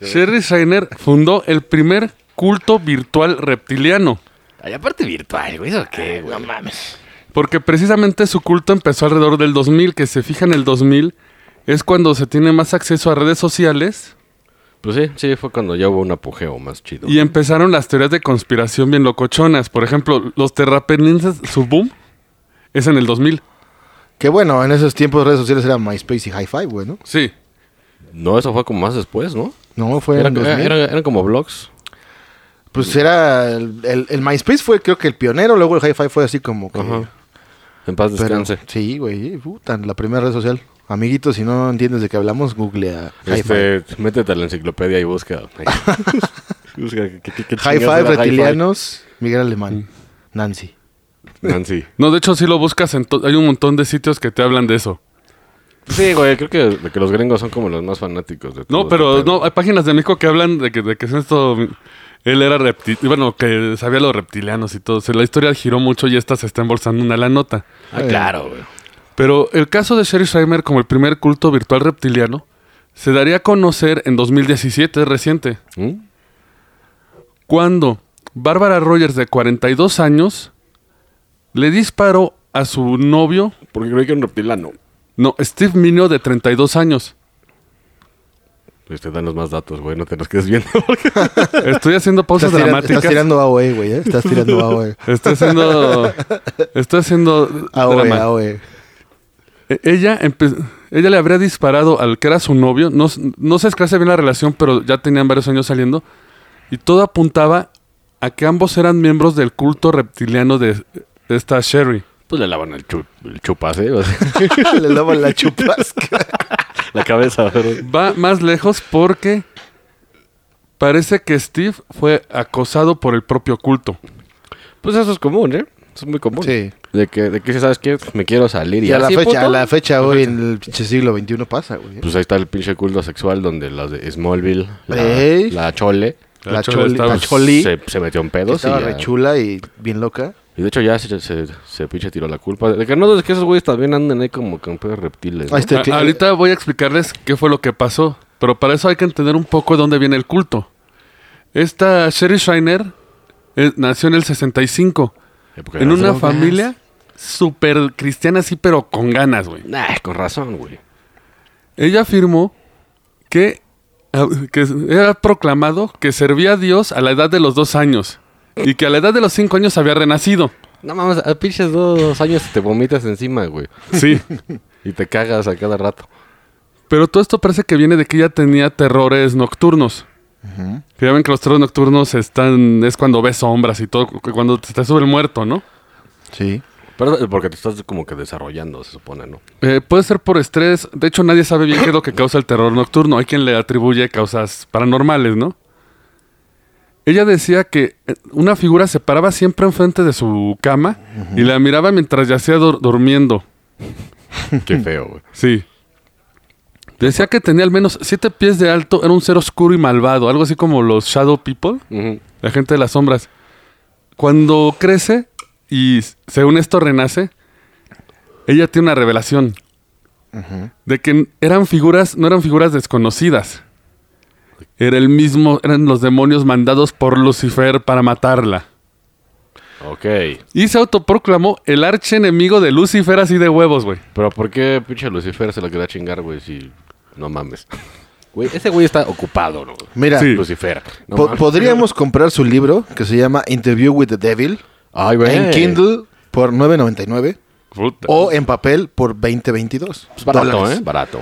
S2: Sherry Schreiner fundó el primer culto virtual reptiliano.
S4: <laughs> Ay, aparte virtual, güey, ¿eso qué, güey? No mames.
S2: Porque precisamente su culto empezó alrededor del 2000, que se fija en el 2000, es cuando se tiene más acceso a redes sociales
S4: Pues sí, sí, fue cuando ya hubo un apogeo más chido.
S2: y empezaron las teorías de conspiración bien locochonas. Por ejemplo, los terraplanistas, su boom es en el 2000.
S3: Que bueno, en esos tiempos redes sociales era MySpace y Hi-Fi, güey, ¿no?
S2: Sí.
S4: No, eso fue como más después, ¿no?
S3: No, fue
S4: Era-
S3: en
S4: era-
S3: 2000.
S4: era- eran como blogs.
S3: Pues era... El, el- el MySpace fue creo que el pionero, luego el Hi-Fi fue así como que...
S4: Ajá. En paz
S3: Pero-
S4: descanse.
S3: sí, güey, puta, la primera red social. Amiguitos, si no entiendes de qué hablamos, googlea Hi-Fi.
S4: Este, métete a la enciclopedia
S3: <laughs>
S4: y busca. busca qué- qué- qué chingados
S3: Hi-Fi,
S4: era
S3: reptilianos, Miguel Alemán, Nancy.
S4: Nancy.
S2: No, de hecho, si lo buscas, en to- hay un montón de sitios que te hablan de eso.
S4: Sí, güey, creo que, de que los gringos son como los más fanáticos de todo
S2: No, pero
S4: este pedo.
S2: no, ah, hay páginas de México que hablan de que, de que es esto. Él era reptil, bueno, que sabía los reptilianos y todo. O sea, la historia giró mucho y esta se está embolsando una la nota.
S4: Ah, claro, güey.
S2: Pero el caso de Sherry Schreimer como el primer culto virtual reptiliano se daría a conocer en 2017, es reciente,
S4: ¿Mm?
S2: cuando Bárbara Rogers, de 42 años, le disparó a su novio,
S4: Porque creo que era un reptilano.
S2: no, Steve Minio, de 32 años.
S4: Pues te dan los más datos, güey, no te los quedes viendo. <laughs> porque-
S2: Estoy haciendo pausas
S3: Estás, tira-
S2: dramáticas.
S3: estás tirando AOE, güey, ¿eh? Estás
S4: <laughs>
S3: tirando AOE.
S2: Estoy haciendo. Estoy haciendo.
S3: AOE,
S2: drama.
S3: AOE.
S2: E- Ella, empe- ella le habría disparado al que era su novio. No, s- no se esclarece bien la relación, pero ya tenían varios años saliendo. Y todo apuntaba a que ambos eran miembros del culto reptiliano de, de esta Sherry.
S4: Pues le lavan el, chu- el chupas, ¿eh? O sea,
S3: <laughs>
S4: <laughs>
S3: Le lavan la chupasca.
S4: la cabeza. <laughs> güey.
S2: Va más lejos porque parece que Steve fue acosado por el propio culto.
S4: Pues eso es común, ¿eh? Eso es muy común.
S3: Sí.
S4: De que, de que si sabes qué, me quiero salir.
S3: Y a la
S4: así,
S3: fecha,
S4: puto.
S3: a la fecha hoy en el pinche siglo XXI pasa, güey.
S4: Pues ahí está el pinche culto sexual donde las de Smallville, la,
S3: Ey.
S4: la Chole,
S2: La
S3: La,
S2: chola
S3: choli,
S2: estaba-
S3: la choli,
S4: se, se metió en
S3: que
S4: pedos. Y,
S3: estaba
S4: ya-
S3: re chula y bien loca.
S4: y de hecho ya se, se, se pinche tiró la culpa. De que no, es que esos güeyes también andan ahí como con pedos reptiles. ¿no?
S3: Ahí está. Este,
S2: A-
S3: que-
S2: ahorita voy a explicarles qué fue lo que pasó, pero para eso hay que entender un poco de dónde viene el culto. Esta Sherry Shiner eh, nació en el 65,
S4: Época de
S2: en
S4: las
S2: una
S4: drogas.
S2: familia súper cristiana, sí, pero con ganas, güey.
S4: Nah, con razón, güey.
S2: Ella afirmó que, ah, que era proclamado que servía a Dios a la edad de los dos años y que a la edad de los cinco años había renacido.
S4: No mames, a pinches dos años te vomitas encima, güey.
S2: <laughs> Sí.
S4: Y te cagas a cada rato.
S2: Pero todo esto parece que viene de que ella tenía terrores nocturnos. Que ya ven que los terrores nocturnos están. es cuando ves sombras y todo, cu- cuando te, te sube el muerto, ¿no?
S3: Sí.
S4: Pero eh, porque te estás como que desarrollando, se
S3: <laughs>
S4: supone, ¿no?
S2: Eh, puede ser por estrés. De hecho, nadie sabe bien qué es lo que causa el terror nocturno. Hay quien le atribuye causas paranormales, ¿no? Ella decía que eh, una figura se paraba siempre enfrente de su cama y la miraba mientras yacía dor- durmiendo.
S4: Qué feo, güey.
S2: Sí. Decía que tenía al menos siete pies de alto, era un ser oscuro y malvado, algo así como los Shadow People.
S4: Ujú.
S2: La gente de las sombras. Cuando crece y s- según esto renace, ella tiene una revelación de que n- eran figuras, no eran figuras desconocidas. Era el mismo, eran los demonios mandados por Lucifer para matarla.
S4: Ok.
S2: Y se autoproclamó el archienemigo de Lucifer así de huevos, güey.
S4: Pero ¿por qué pinche Lucifer se la quería chingar, güey? Si no mames. Güey, ese güey está ocupado, ¿no?
S3: Mira,
S2: Sí.
S4: Lucifer. No
S3: po-
S4: mames.
S3: podríamos comprar su libro que se llama Interview with the Devil
S4: Ay, güey.
S3: en Kindle por 9.99
S2: Oh,
S3: o en papel por 20.22.
S4: Es barato,
S3: dólares.
S4: ¿eh? Barato.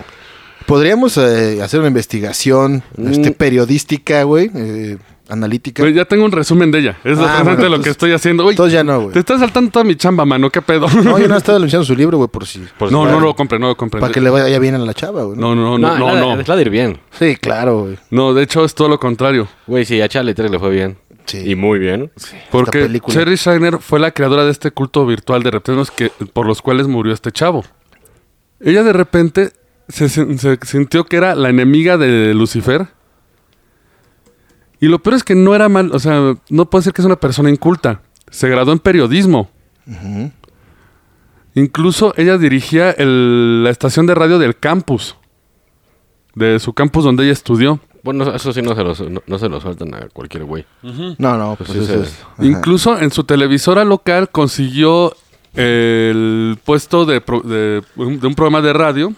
S3: Podríamos eh, hacer una investigación este,
S4: Mm.
S3: periodística, güey. eh, analítica.
S2: Güey, ya tengo un resumen de ella. Es
S3: Ah,
S2: exactamente
S3: bueno,
S2: lo
S3: entonces-
S2: que estoy haciendo. Güey,
S3: Entonces ya no, güey.
S2: te estás saltando toda mi chamba, mano. ¿Qué pedo?
S3: No, yo no estaba anunciando su libro, güey, por si.
S2: <laughs>
S4: Por
S2: no, no
S4: supuesto.
S2: lo compré, no lo compré.
S3: para que le vaya bien a la chava, güey.
S2: No, no, no, no, no, no.
S4: Es la de ir bien.
S3: Sí, claro, güey.
S2: de hecho es todo lo contrario.
S4: Güey, sí, a Charlie 3 le fue bien.
S3: Sí.
S4: Y muy bien.
S2: Porque
S3: película.
S2: Sherry Shiner fue la creadora de este culto virtual de reptilianos que, por los cuales murió este chavo. Ella de repente se, sin- se sintió que era la enemiga de Lucifer. Y lo peor es que no era mal, o sea, no puede ser que es una persona inculta. Se graduó en periodismo. Incluso ella dirigía el- la estación de radio del campus. De su campus donde ella estudió.
S4: Bueno, eso sí no se lo, no, no se lo sueltan a cualquier güey.
S3: No, no, pues,
S4: Pues sí
S3: eso
S4: se-
S3: es. ajá.
S2: Incluso en su televisora local consiguió el puesto de, pro- de un de un programa de radio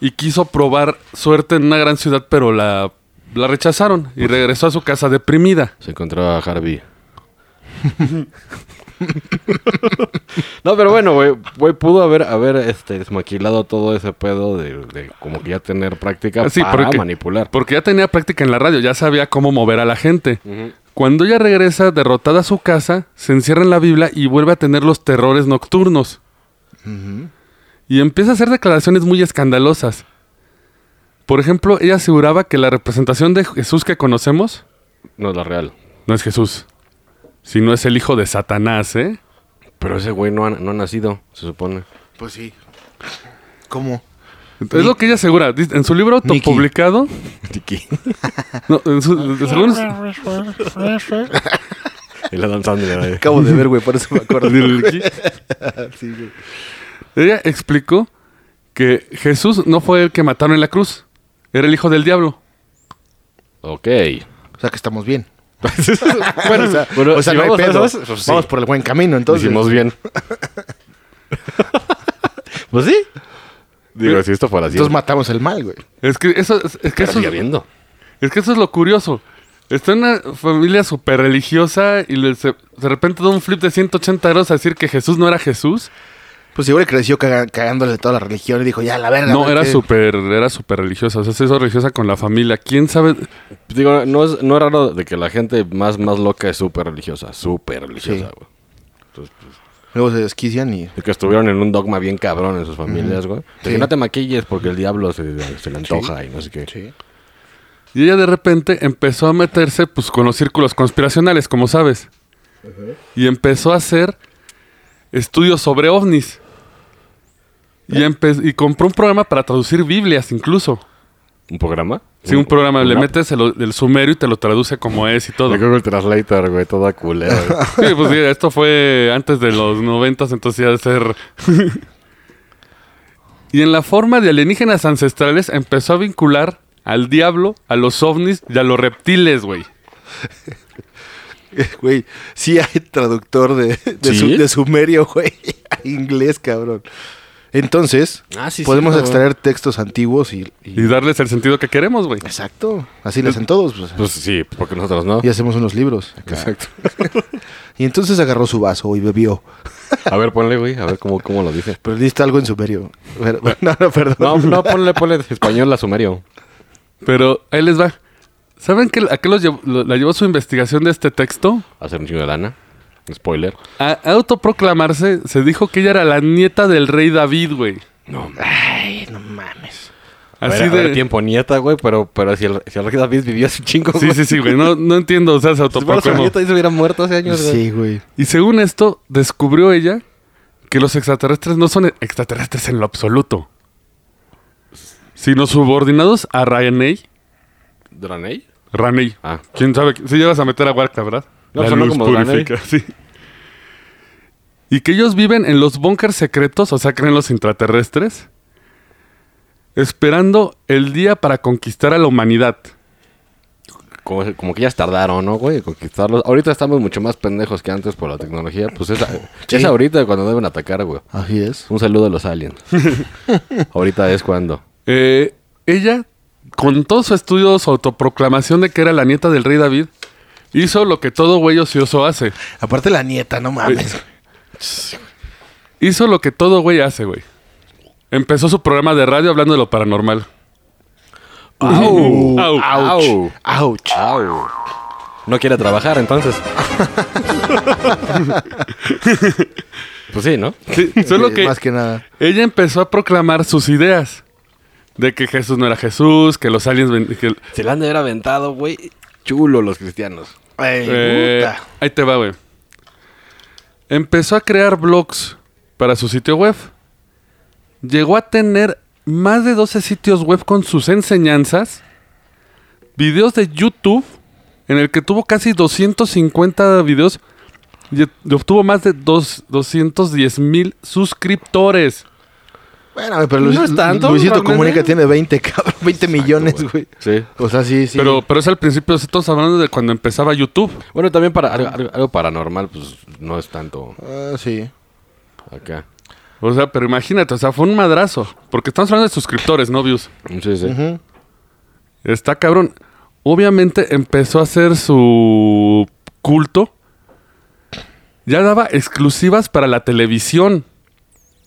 S2: y quiso probar suerte en una gran ciudad, pero la, la rechazaron y regresó a su casa deprimida.
S4: Se encontró a Harvey. <laughs> no, pero bueno, güey, güey, pudo haber, haber este, desmaquilado todo ese pedo de, de como que ya tener práctica
S2: Sí,
S4: para
S2: porque-
S4: manipular.
S2: Porque ya tenía práctica en la radio, ya sabía cómo mover a la gente. Cuando ella regresa derrotada a su casa, se encierra en la Biblia y vuelve a tener los terrores nocturnos. Y empieza a hacer declaraciones muy escandalosas. Por ejemplo, ella aseguraba que la representación de Jesús que conocemos
S4: No es la real.
S2: no es Jesús, sino es el hijo de Satanás, ¿eh?
S4: Pero ese güey no ha, no ha nacido, se <laughs> supone.
S3: Pues sí. ¿Cómo?
S2: Es lo que ella asegura. Dice- En su libro
S3: Nicky.
S2: autopublicado,
S4: <laughs>
S2: no, en su- según-
S4: y la danzando. güey.
S3: Acabo de ver, güey, por eso me
S4: <laughs>
S3: acuerdo. Sí, güey.
S2: Ella explicó que Jesús no fue el que mataron en la cruz, era el hijo del diablo.
S4: ok.
S3: O sea que estamos bien. <laughs>
S4: bueno,
S3: O sea,
S4: bueno,
S3: o sea,
S4: si
S3: no hay
S4: vamos a
S3: pedo.
S4: esas, pues sí.
S3: Vamos por el buen camino, entonces.
S4: Hicimos <laughs> bien. pues sí. Digo, si esto fuera así.
S3: Entonces matamos el mal, güey.
S2: Es que eso es, es que
S4: pero
S2: eso
S4: sigue
S2: es,
S4: viendo.
S2: es que eso es lo curioso. Está en una familia súper religiosa y le- se- de repente da un flip de 180 grados a decir que Jesús no era Jesús.
S3: Pues seguro que creció caga- cagándole toda la religión y dijo, ya, la verga.
S2: No,
S3: güey,
S2: era
S3: que-
S2: súper era súper religiosa. O sea, se hizo religiosa con la familia. ¿Quién sabe?
S4: Pues Digo, no es, no es raro de que la gente más, más loca es súper religiosa. Súper religiosa,
S3: Sí.
S4: güey.
S3: Luego se desquician y...
S4: De que estuvieron en un dogma bien cabrón en sus familias, güey. De que
S3: Sí.
S4: no te maquilles porque el diablo se, se le antoja y no sé qué.
S3: Sí.
S2: Y ella de repente empezó a meterse pues con los círculos conspiracionales, como sabes. Y empezó a hacer estudios sobre ovnis. Y, empe- y compró un programa para traducir Biblias incluso.
S4: ¿Un programa?
S2: Sí, un programa, le
S4: una-
S2: metes el, el sumerio y te lo traduce como es y todo.
S4: De Google Translator, güey. Toda culera,
S3: <laughs>
S4: güey.
S2: Sí, pues sí, esto fue antes de los noventas, entonces ya de ser... y en la forma de alienígenas ancestrales empezó a vincular al diablo, a los ovnis y a los reptiles, güey.
S3: Güey, sí hay traductor de, de,
S4: ¿Sí?
S3: su- de sumerio, güey. <laughs> a inglés, cabrón. Entonces,
S4: Ah, sí,
S3: podemos
S4: cierto,
S3: extraer textos antiguos y... y-
S2: Y darles el sentido que queremos, güey.
S3: Exacto. Así lo hacen todos. pues.
S4: Pues sí, porque nosotros no.
S3: Y hacemos unos libros.
S4: Exacto.
S3: <laughs> Y entonces agarró su vaso y bebió.
S4: A ver, ponle, güey. A ver cómo, cómo lo dice.
S3: Pero diste algo en sumerio. Pero- <laughs> no, no, perdón.
S4: No, no, ponle, ponle de español a sumerio.
S2: Pero ahí les va. ¿Saben qué, a qué los llevó- lo- la llevó su investigación de este texto?
S4: Hacer un chingo de lana. Spoiler.
S2: A autoproclamarse, se dijo que ella era la nieta del rey David, güey.
S3: Ay, no mames.
S2: Así
S4: a ver, a
S2: de...
S4: ver, tiempo nieta, güey, pero, pero si, el, si el rey David vivió hace un chingo,
S2: Sí, sí, sí, güey. No, no entiendo, o sea, se
S4: Si fuera su
S2: autoproclamó.
S4: nieta, ahí Pues se hubiera muerto hace años, güey.
S3: Sí, güey.
S2: Y según esto, descubrió ella que los extraterrestres no son extraterrestres en lo absoluto, sino subordinados a Raney.
S4: ¿Draney?
S2: Raney.
S4: Ah.
S2: ¿Quién sabe? Si llevas a meter a Warcraft, ¿verdad?
S4: No, sonó como Raney.
S2: <laughs> sí. Y que ellos viven en los búnkers secretos, o sea, creen los intraterrestres, esperando el día para conquistar a la humanidad.
S4: Como, como que ya tardaron, ¿no, güey? en Conquistarlos. Ahorita estamos mucho más pendejos que antes por la tecnología. Pues <laughs> es, es ahorita cuando deben atacar, güey.
S3: Así es.
S4: Un saludo a los aliens. <laughs> ahorita es cuando.
S2: Eh, ella, con todo su estudio, su autoproclamación de que era la nieta del rey David, hizo lo que todo güey ocioso hace.
S3: Aparte la nieta,
S2: <laughs>
S3: no mames.
S2: Hizo lo que todo güey hace, güey. Empezó su programa de radio hablando de lo paranormal.
S4: ¡Au!
S2: Au.
S4: ¡Au!
S3: Ouch.
S4: ¡Au! No quiere trabajar, <laughs> entonces. pues sí, ¿no?
S3: <laughs>
S2: Sí, solo
S3: Eh,
S2: que
S3: Más que nada.
S2: ella empezó a proclamar sus ideas. De que Jesús no era Jesús, que los aliens... ven- que-
S4: Se la han de haber aventado, güey. Chulo los cristianos.
S3: Ay,
S2: Eh,
S3: puta.
S2: ahí te va, güey. Empezó a crear blogs para su sitio web. Llegó a tener más de 12 sitios web con sus enseñanzas, videos de YouTube, en el que tuvo casi 250 videos y y obtuvo más de dos- 210 mil suscriptores.
S3: Bueno, güey, pero Luis-
S2: No es tanto,
S3: Luisito
S2: realmente.
S3: Comunica tiene 20, cabrón, 20 millones, güey.
S4: Sí.
S3: O sea, sí, sí.
S2: Pero, pero es al principio, estamos hablando de cuando empezaba YouTube.
S4: Bueno, también para algo, algo- algo paranormal, pues no es tanto
S3: Ah, sí.
S4: acá.
S2: O sea, pero imagínate, o sea, fue un madrazo. Porque estamos hablando de suscriptores, no views.
S4: Sí, sí.
S3: Ujú.
S2: Está cabrón. Obviamente empezó a hacer su culto. Ya daba exclusivas para la televisión,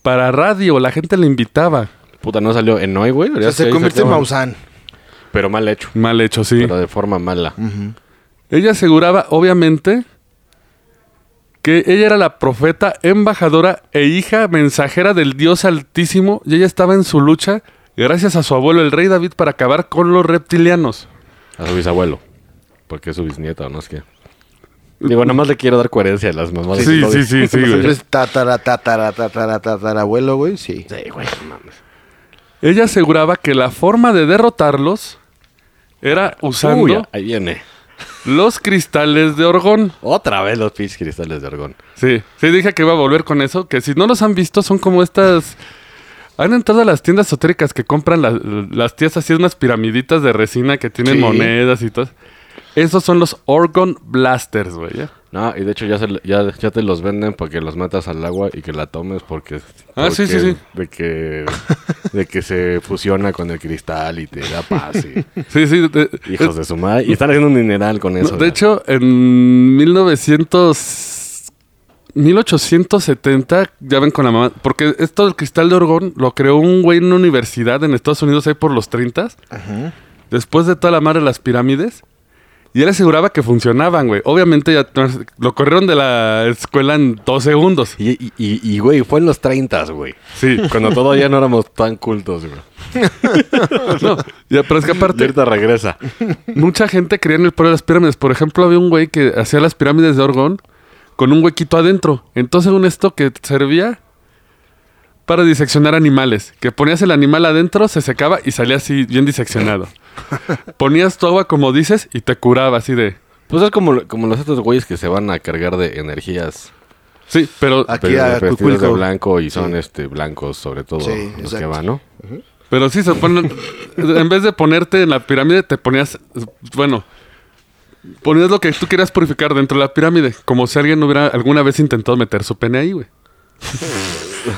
S2: para radio, la gente le invitaba.
S4: Puta, no salió en Noy, güey.
S3: O sea, se convierte en
S4: Mausa.
S3: Maussan.
S4: Pero mal hecho.
S2: Mal hecho, sí.
S4: Pero de forma mala.
S2: Ella aseguraba, obviamente, que ella era la profeta, embajadora e hija mensajera del Dios Altísimo y ella estaba en su lucha gracias a su abuelo, el rey David, para acabar con los reptilianos.
S4: A su bisabuelo. Porque es su bisnieta, no es que. Digo, nada más le quiero dar coherencia a las mamás.
S2: Sí, sí,
S3: <laughs>
S2: sí, sí, güey.
S3: Entonces, Pues tatara, tatara, tatara, tatara, abuelo, güey, sí.
S4: Sí, güey, no mames.
S2: Ella aseguraba que la forma de derrotarlos era usando
S4: Uy, ahí viene.
S2: los cristales de orgón.
S4: Otra vez los pinches cristales de argón.
S2: Sí, sí, dije que iba a volver con eso, que si no los han visto son como estas... Han entrado a las tiendas esotéricas que compran la- las tías así, unas piramiditas de resina que tienen
S3: Sí.
S2: monedas y todo. Esos son los Orgon Blasters, güey. ¿ya?
S4: No, y de hecho ya, se, ya, ya te los venden para que los metas al agua y que la tomes porque...
S2: Ah, sí, sí,
S4: porque
S2: sí.
S4: De que, de que se fusiona con el cristal y te da
S2: <laughs>
S4: paz. y-
S2: Sí, sí. de-
S4: hijos de su madre. Y están haciendo un dineral con
S2: No,
S4: eso.
S2: de
S4: ya.
S2: hecho, en 1900, 1870, ya ven con la mamá, porque esto del cristal de orgón lo creó un güey en una universidad en Estados Unidos ahí por los 30, después de toda la madre de las pirámides, y él aseguraba que funcionaban, güey. Obviamente ya tras- lo corrieron de la escuela en dos
S4: <laughs>
S2: segundos.
S4: Y, y, y, y, güey, fue en los 30, güey.
S2: Sí,
S4: Cuando todavía no éramos tan cultos, güey.
S2: no, ya, pero es que
S4: Y
S2: aparte...
S4: ahorita regresa.
S2: Mucha gente creía en el poder de las pirámides. Por ejemplo, había un güey que hacía las pirámides de Orgón con un huequito adentro. Entonces, según esto que servía para diseccionar animales. Que ponías el animal adentro, se secaba y salía así bien diseccionado. ponías tu agua como dices y te curaba así de...
S4: Pues es como, como los otros güeyes que se van a cargar de energías.
S2: Sí, pero,
S3: Aquí
S4: Pero
S3: a
S4: vestidos de
S3: Cuculco.
S4: blanco y son este blancos sobre todo
S3: Sí,
S4: los que
S3: exacto.
S4: van, ¿no?
S2: pero sí se ponen... en vez de ponerte en la pirámide, te ponías... Bueno... Ponías lo que tú querías purificar dentro de la pirámide, como si alguien hubiera alguna vez intentado meter su pene ahí, güey.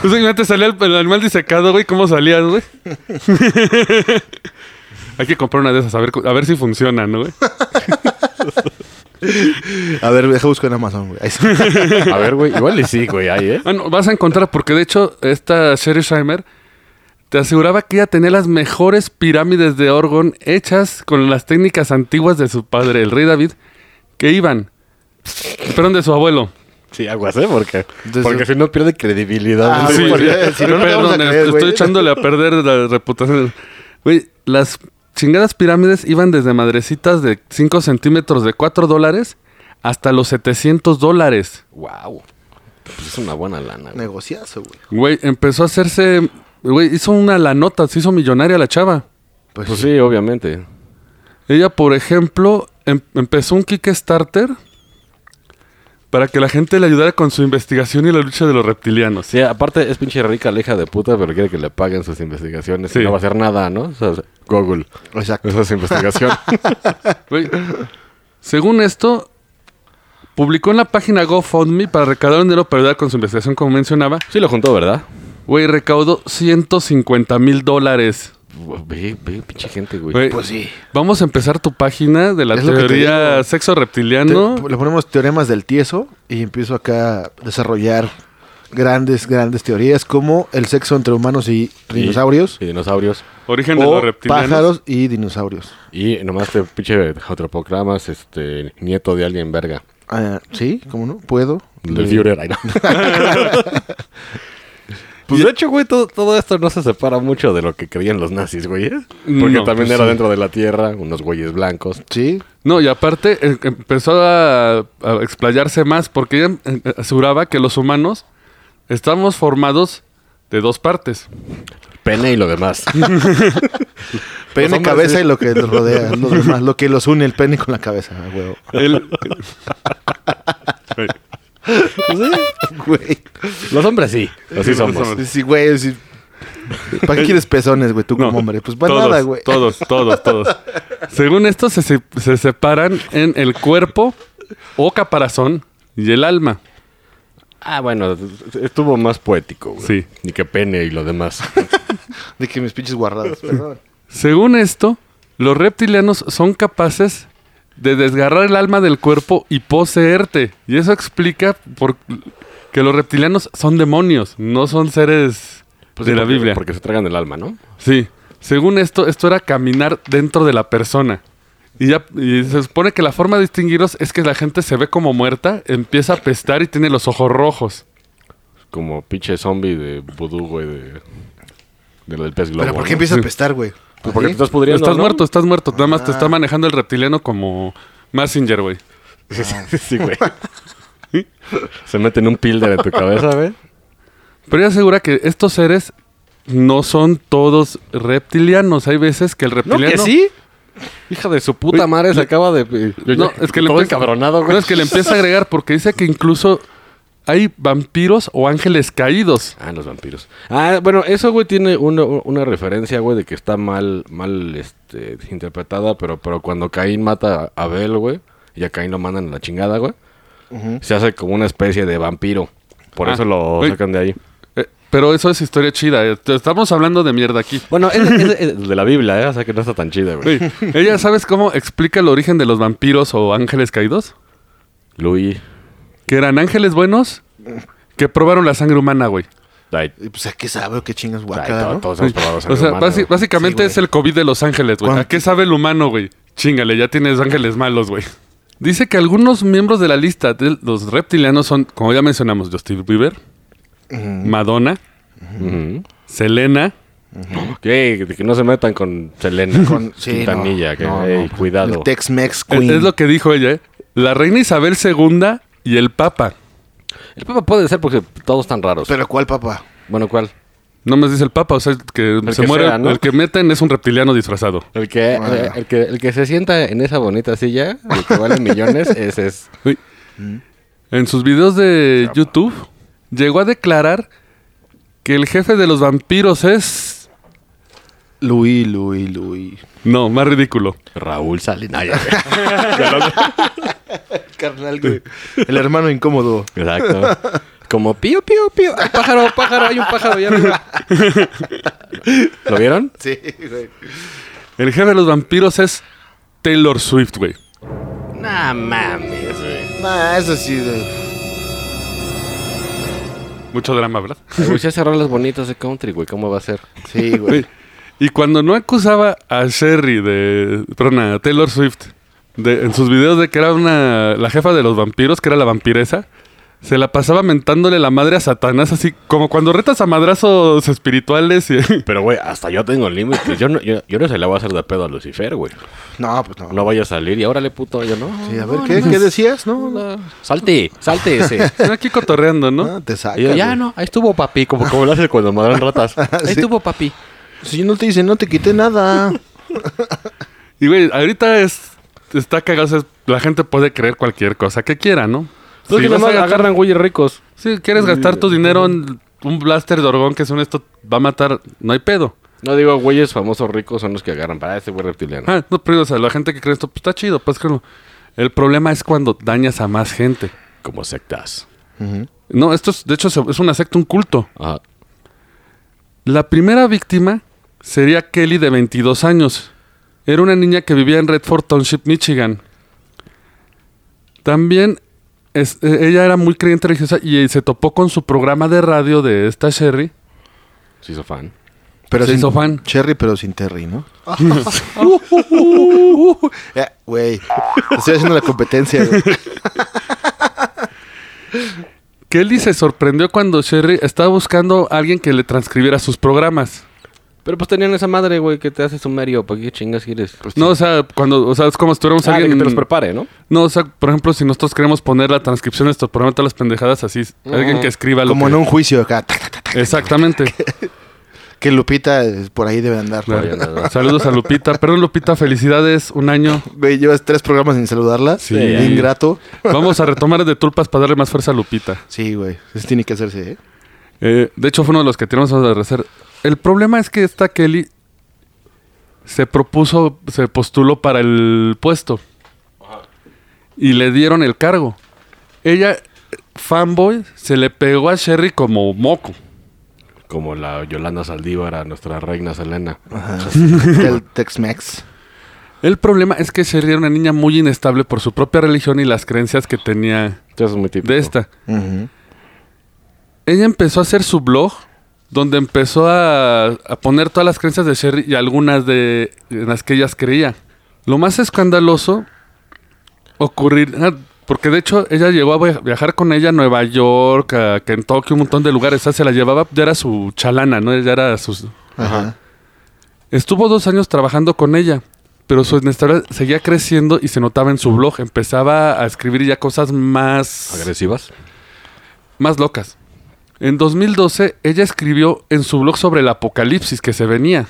S2: O sea, imagínate, salía el, el animal disecado, güey. ¿Cómo salías, güey? Hay que comprar una de esas, a ver, cu- a ver si funciona, ¿no, güey?
S3: A ver, deja buscar en Amazon, güey. Ahí
S2: <laughs>
S3: está.
S4: A ver, güey, igual y sí, güey, ahí, ¿eh?
S2: Ah, no, vas a encontrar, porque de hecho, esta Sherry Scheimer te aseguraba que ella tenía las mejores pirámides de Orgon hechas con las técnicas antiguas de su padre, el rey David, que iban. Perdón, de su abuelo.
S4: Sí, aguas, ¿eh? Porque,
S3: Entonces-
S4: porque si no pierde credibilidad.
S3: Ah,
S4: güey.
S3: sí. porque si no, no te vamos a
S2: Perdón,
S3: creer,
S2: estoy
S3: güey.
S2: echándole a perder la reputación. Güey, las chingadas pirámides iban desde madrecitas de 5 centímetros de 4 dólares hasta los 700 dólares.
S4: Wow. Pues es una buena lana, güey.
S3: Negociazo, güey.
S2: Güey, empezó a hacerse... Güey, hizo una lanota, se hizo millonaria la chava.
S4: Pues, sí, obviamente.
S2: Ella, por ejemplo, em- empezó un Kickstarter para que la gente le ayudara con su investigación y la lucha de los reptilianos.
S4: Sí, aparte es pinche rica la hija de puta, pero quiere que le paguen sus investigaciones. y
S2: Sí.
S4: no va a hacer nada, ¿no? O sea, Google.
S3: Exacto.
S4: Esa
S2: <laughs>
S4: es investigación.
S2: Güey, Según esto, publicó en la página GoFundMe para recaudar dinero para ayudar con su investigación, como mencionaba.
S4: sí lo juntó, ¿verdad?
S2: Güey, recaudó 150 mil dólares.
S4: Ve, ve, pinche gente, güey.
S2: Güey,
S3: Pues sí.
S2: Vamos a empezar tu página de la
S3: Es lo que te
S2: teoría
S3: digo.
S2: sexo
S3: Te-
S2: reptiliano.
S3: Le ponemos teoremas del tieso y empiezo acá a desarrollar grandes, grandes teorías como el sexo entre humanos y dinosaurios.
S4: Y dinosaurios.
S2: Origen de
S3: O
S2: los reptilianos.
S3: pájaros y dinosaurios.
S4: Y nomás te pinche autoproclamas, este, nieto de alguien verga.
S3: Ah, sí, ¿cómo no? Puedo.
S4: Del
S2: <laughs>
S4: Führer, ay, no. Pues de hecho, güey, todo, todo esto no se separa mucho de lo que creían los nazis, güey. ¿eh? Porque
S2: No,
S4: también
S2: pues
S4: era
S2: sí.
S4: dentro de la tierra, unos güeyes blancos.
S3: Sí.
S2: No, y aparte eh, empezó a, a explayarse más porque ella eh, aseguraba que los humanos estamos formados de dos partes.
S4: Pene y
S2: <laughs>
S4: lo demás.
S3: Pene,
S4: hombres,
S3: cabeza
S4: sí.
S3: y lo que los rodea, <laughs> lo demás, lo que los une el pene con la cabeza, ah, huevo.
S2: <laughs> El-
S3: Pues Güey.
S4: los hombres sí, así
S2: los
S4: somos.
S2: hombres.
S3: Sí, güey, sí. ¿Para qué quieres pezones, güey, tú
S2: no,
S3: como hombre? Pues para
S2: todos,
S3: nada, güey.
S2: Todos, todos,
S3: <laughs>
S2: todos. Según esto, se, se- se separan en el cuerpo o caparazón y el alma.
S4: Ah, bueno, estuvo más poético, güey.
S2: Sí.
S4: Y que pene y lo demás.
S3: De que mis pinches guardados, perdón.
S2: Según esto, los reptilianos son capaces de desgarrar el alma del cuerpo y poseerte. Y eso explica por que los reptilianos son demonios, no son seres <laughs> de
S4: Pues sí,
S2: la
S4: porque-
S2: Biblia.
S4: Porque se tragan el alma, ¿no?
S2: Sí. Según esto, esto era caminar dentro de la persona. Y, ya, y se supone que la forma de distinguirlos es que la gente se ve como muerta, empieza a pestar y tiene los ojos rojos.
S4: Como pinche zombie de vudú, güey, de, de lo del pez globo.
S3: Pero ¿por qué
S4: ¿no?
S3: empiezas a pestar, güey?
S4: Pues porque te
S3: ¿Así?
S4: estás pudriendo,
S2: estás
S4: ¿no? Ah.
S2: muerto, estás muerto. Nada más te está manejando el reptiliano como Messenger, güey.
S4: <laughs> sí, güey. <laughs> se mete en un
S2: <laughs>
S4: pilder en tu cabeza, güey.
S2: Pero ella asegura que estos seres no son todos reptilianos. Hay veces que el reptiliano.
S4: Hija de su puta
S2: Uy,
S4: madre se acaba de...
S2: eh, No, es que le
S4: Todo
S2: empieza-
S4: encabronado, güey.
S2: No, es que le empieza a agregar porque dice que incluso hay vampiros o ángeles caídos.
S4: Ah, los vampiros. Ah, bueno, eso, güey, tiene una, una referencia, güey, de que está mal, mal, este, interpretada, pero, pero cuando Caín mata a Abel, güey, y a Caín lo mandan a la chingada, güey, se hace como una especie de vampiro. Por
S2: Ah,
S4: eso lo
S2: güey.
S4: sacan de ahí.
S2: Eh, pero eso es historia chida. eh, te- Estamos hablando de mierda aquí.
S4: Bueno, es, es- es <laughs> de la Biblia, ¿eh? O sea, que no está tan chida,
S2: <laughs>
S4: güey.
S2: Güey, Ella, ¿sabes cómo explica el origen de los vampiros o ángeles caídos?
S4: Luis.
S2: Que eran ángeles buenos que probaron la sangre humana, güey.
S4: Ay,
S3: Y, Pues a qué sabe o qué chingas
S4: ay,
S3: guacada,
S4: to-
S3: ¿no?
S4: todos hemos probado
S2: O
S4: sangre
S2: sea,
S4: humana,
S2: basi-
S4: güey.
S2: básicamente
S3: Sí, güey.
S2: es el COVID de los ángeles, güey. ¿A
S3: ¿Cuánto?
S2: qué sabe el humano, güey? Chingale, ya tienes ángeles malos, güey. Dice que algunos miembros de la lista de los reptilianos son, como ya mencionamos, Justin Bieber, Madonna,
S4: Ujú.
S2: Selena.
S4: Ey, que no se metan con <laughs> Selena,
S3: <laughs>
S4: con
S3: Con- sí,
S4: Quintanilla,
S3: no,
S4: que,
S3: no,
S4: ey,
S3: no.
S4: cuidado.
S3: El Tex-Mex
S2: Es,
S3: Queen.
S2: e- es lo que dijo ella, ¿eh? La reina Isabel II y el Papa.
S4: El Papa puede ser porque todos están raros.
S3: Pero ¿cuál, papá?
S4: bueno, ¿cuál?
S2: No me dice el Papa, o sea, que se
S4: que
S2: muere.
S4: sea, ¿no?
S2: El que meten es un reptiliano disfrazado.
S4: El que,
S3: Ah.
S4: el, que, el que se sienta en esa bonita silla, el que vale <laughs> millones, ese es.
S2: Uy. En sus videos de YouTube llegó a declarar que el jefe de los vampiros es.
S3: Luis, Luis, Luis.
S2: No, más ridículo.
S4: Raúl Salinaya.
S3: Carnal, güey. El hermano incómodo.
S4: <laughs> Exacto. Como pío, pío, pío. Ay, pájaro, pájaro, hay un pájaro allá arriba. <laughs> ¿Lo vieron?
S3: Sí, güey.
S2: El jefe de los vampiros es Taylor Swift, güey.
S4: No mames, güey.
S3: Nah, eso sí, güey.
S2: Mucho drama, ¿verdad?
S4: a cerrar las bonitas de country, güey. ¿Cómo va a ser?
S3: Sí, güey.
S2: Y cuando no acusaba a Sherry de. Perdón, a Taylor Swift de- en sus videos de que era una, la jefa de los vampiros, que era la vampiresa, se la pasaba mentándole la madre a Satanás, así como cuando retas a madrazos espirituales y. <laughs>
S4: Pero, güey, hasta yo tengo límites. Yo no, yo, yo no se la voy a hacer de pedo a Lucifer, güey.
S3: No, pues no.
S4: No vaya a salir y órale, puto, yo no.
S3: Sí, a ver, ¿qué, ¿qué decías? No, no.
S4: Salte,
S3: <laughs>
S4: salte ese.
S2: Aquí cotorreando, ¿no?
S3: Ah, te saca.
S4: Y yo, ya
S3: güey.
S4: no, ahí estuvo papi, como, como lo hace cuando
S3: <laughs>
S4: madran ratas. Ahí estuvo papi.
S3: Si yo no te dice, no te quité <laughs> nada.
S2: Y güey, ahorita es está cagado, o sea, la gente puede creer cualquier cosa que quiera, ¿no?
S4: Entonces
S2: Si vas a gastar-
S4: agarran güeyes ricos.
S2: si quieres gastar tu dinero en un blaster de orgón que son esto va a matar, no hay pedo.
S4: No digo güeyes famosos ricos son los que agarran para este güey reptiliano.
S2: Ah, no, pero o sea, la gente que cree esto pues, está chido, pues créelo. El problema es cuando dañas a más gente.
S4: Como sectas.
S2: No, esto es, de hecho se- es una secta, un culto.
S4: Ajá.
S2: La primera víctima sería Kelly de 22 años. Era una niña que vivía en Redford Township, Michigan. También es- eh, ella era muy creyente religiosa y eh, se topó con su programa de radio de esta Sherry.
S4: Se hizo fan.
S3: Pero
S2: Se
S3: sin
S2: hizo fan.
S3: Cherry, pero sin
S2: <laughs>
S3: Terry, ¿no? Eh, Güey, estoy haciendo la competencia.
S2: <laughs>
S3: güey.
S2: Kelly se sorprendió cuando Sherry estaba buscando a alguien que le transcribiera sus programas.
S4: Pero pues tenían esa madre, güey, que te hace sumario. ¿Para qué chingas quieres?
S2: No, o sea, cuando, o sea, es como si tuviéramos
S4: Pues Ah, de
S2: alguien...
S4: que te los prepare, ¿no?
S2: No, o sea, por ejemplo, si nosotros queremos poner la transcripción de nuestro programa, todas las pendejadas así, alguien que escriba lo
S3: Como
S2: que-
S3: en un juicio acá. tac, tac, tac,
S4: <laughs>
S2: Exactamente.
S3: Que Lupita eh, por ahí debe andar.
S2: Claro.
S4: Oye, no, no.
S2: Saludos a Lupita. Perdón, Lupita, felicidades, un año.
S3: Güey, llevas tres programas sin saludarla.
S2: Sí.
S3: Ingrato.
S2: Vamos a retomar de tulpas para darle más fuerza a Lupita.
S3: Sí, güey. Eso tiene que hacerse, ¿eh?
S2: Eh, de hecho, fue uno de los que tiramos a hacer. El problema es que esta Kelly se propuso, se postuló para el puesto. Y le dieron el cargo. Ella, fanboy, se le pegó a Sherry como moco.
S4: Como la Yolanda Saldívar a nuestra reina Selena.
S3: <laughs> Del Tex-Mex.
S2: El problema es que Sherry era una niña muy inestable por su propia religión y las creencias que tenía
S4: Eso es muy típico.
S2: de esta.
S3: Ujú.
S2: Ella empezó a hacer su blog donde empezó a, a poner todas las creencias de Sherry y algunas de en las que ellas creía. Lo más escandaloso ocurrir, ah, porque de hecho ella llegó a via- viajar con ella a Nueva York, a Kentucky, un montón de lugares. O sea, se la llevaba, ya era su chalana, ¿no? Ya era sus...
S3: Ajá.
S2: Estuvo dos años trabajando con ella, pero su inestabilidad seguía creciendo y se notaba en su blog. Empezaba a escribir ya cosas más
S4: Agresivas.
S2: más locas. En 2012, ella escribió en su blog sobre el apocalipsis que se venía.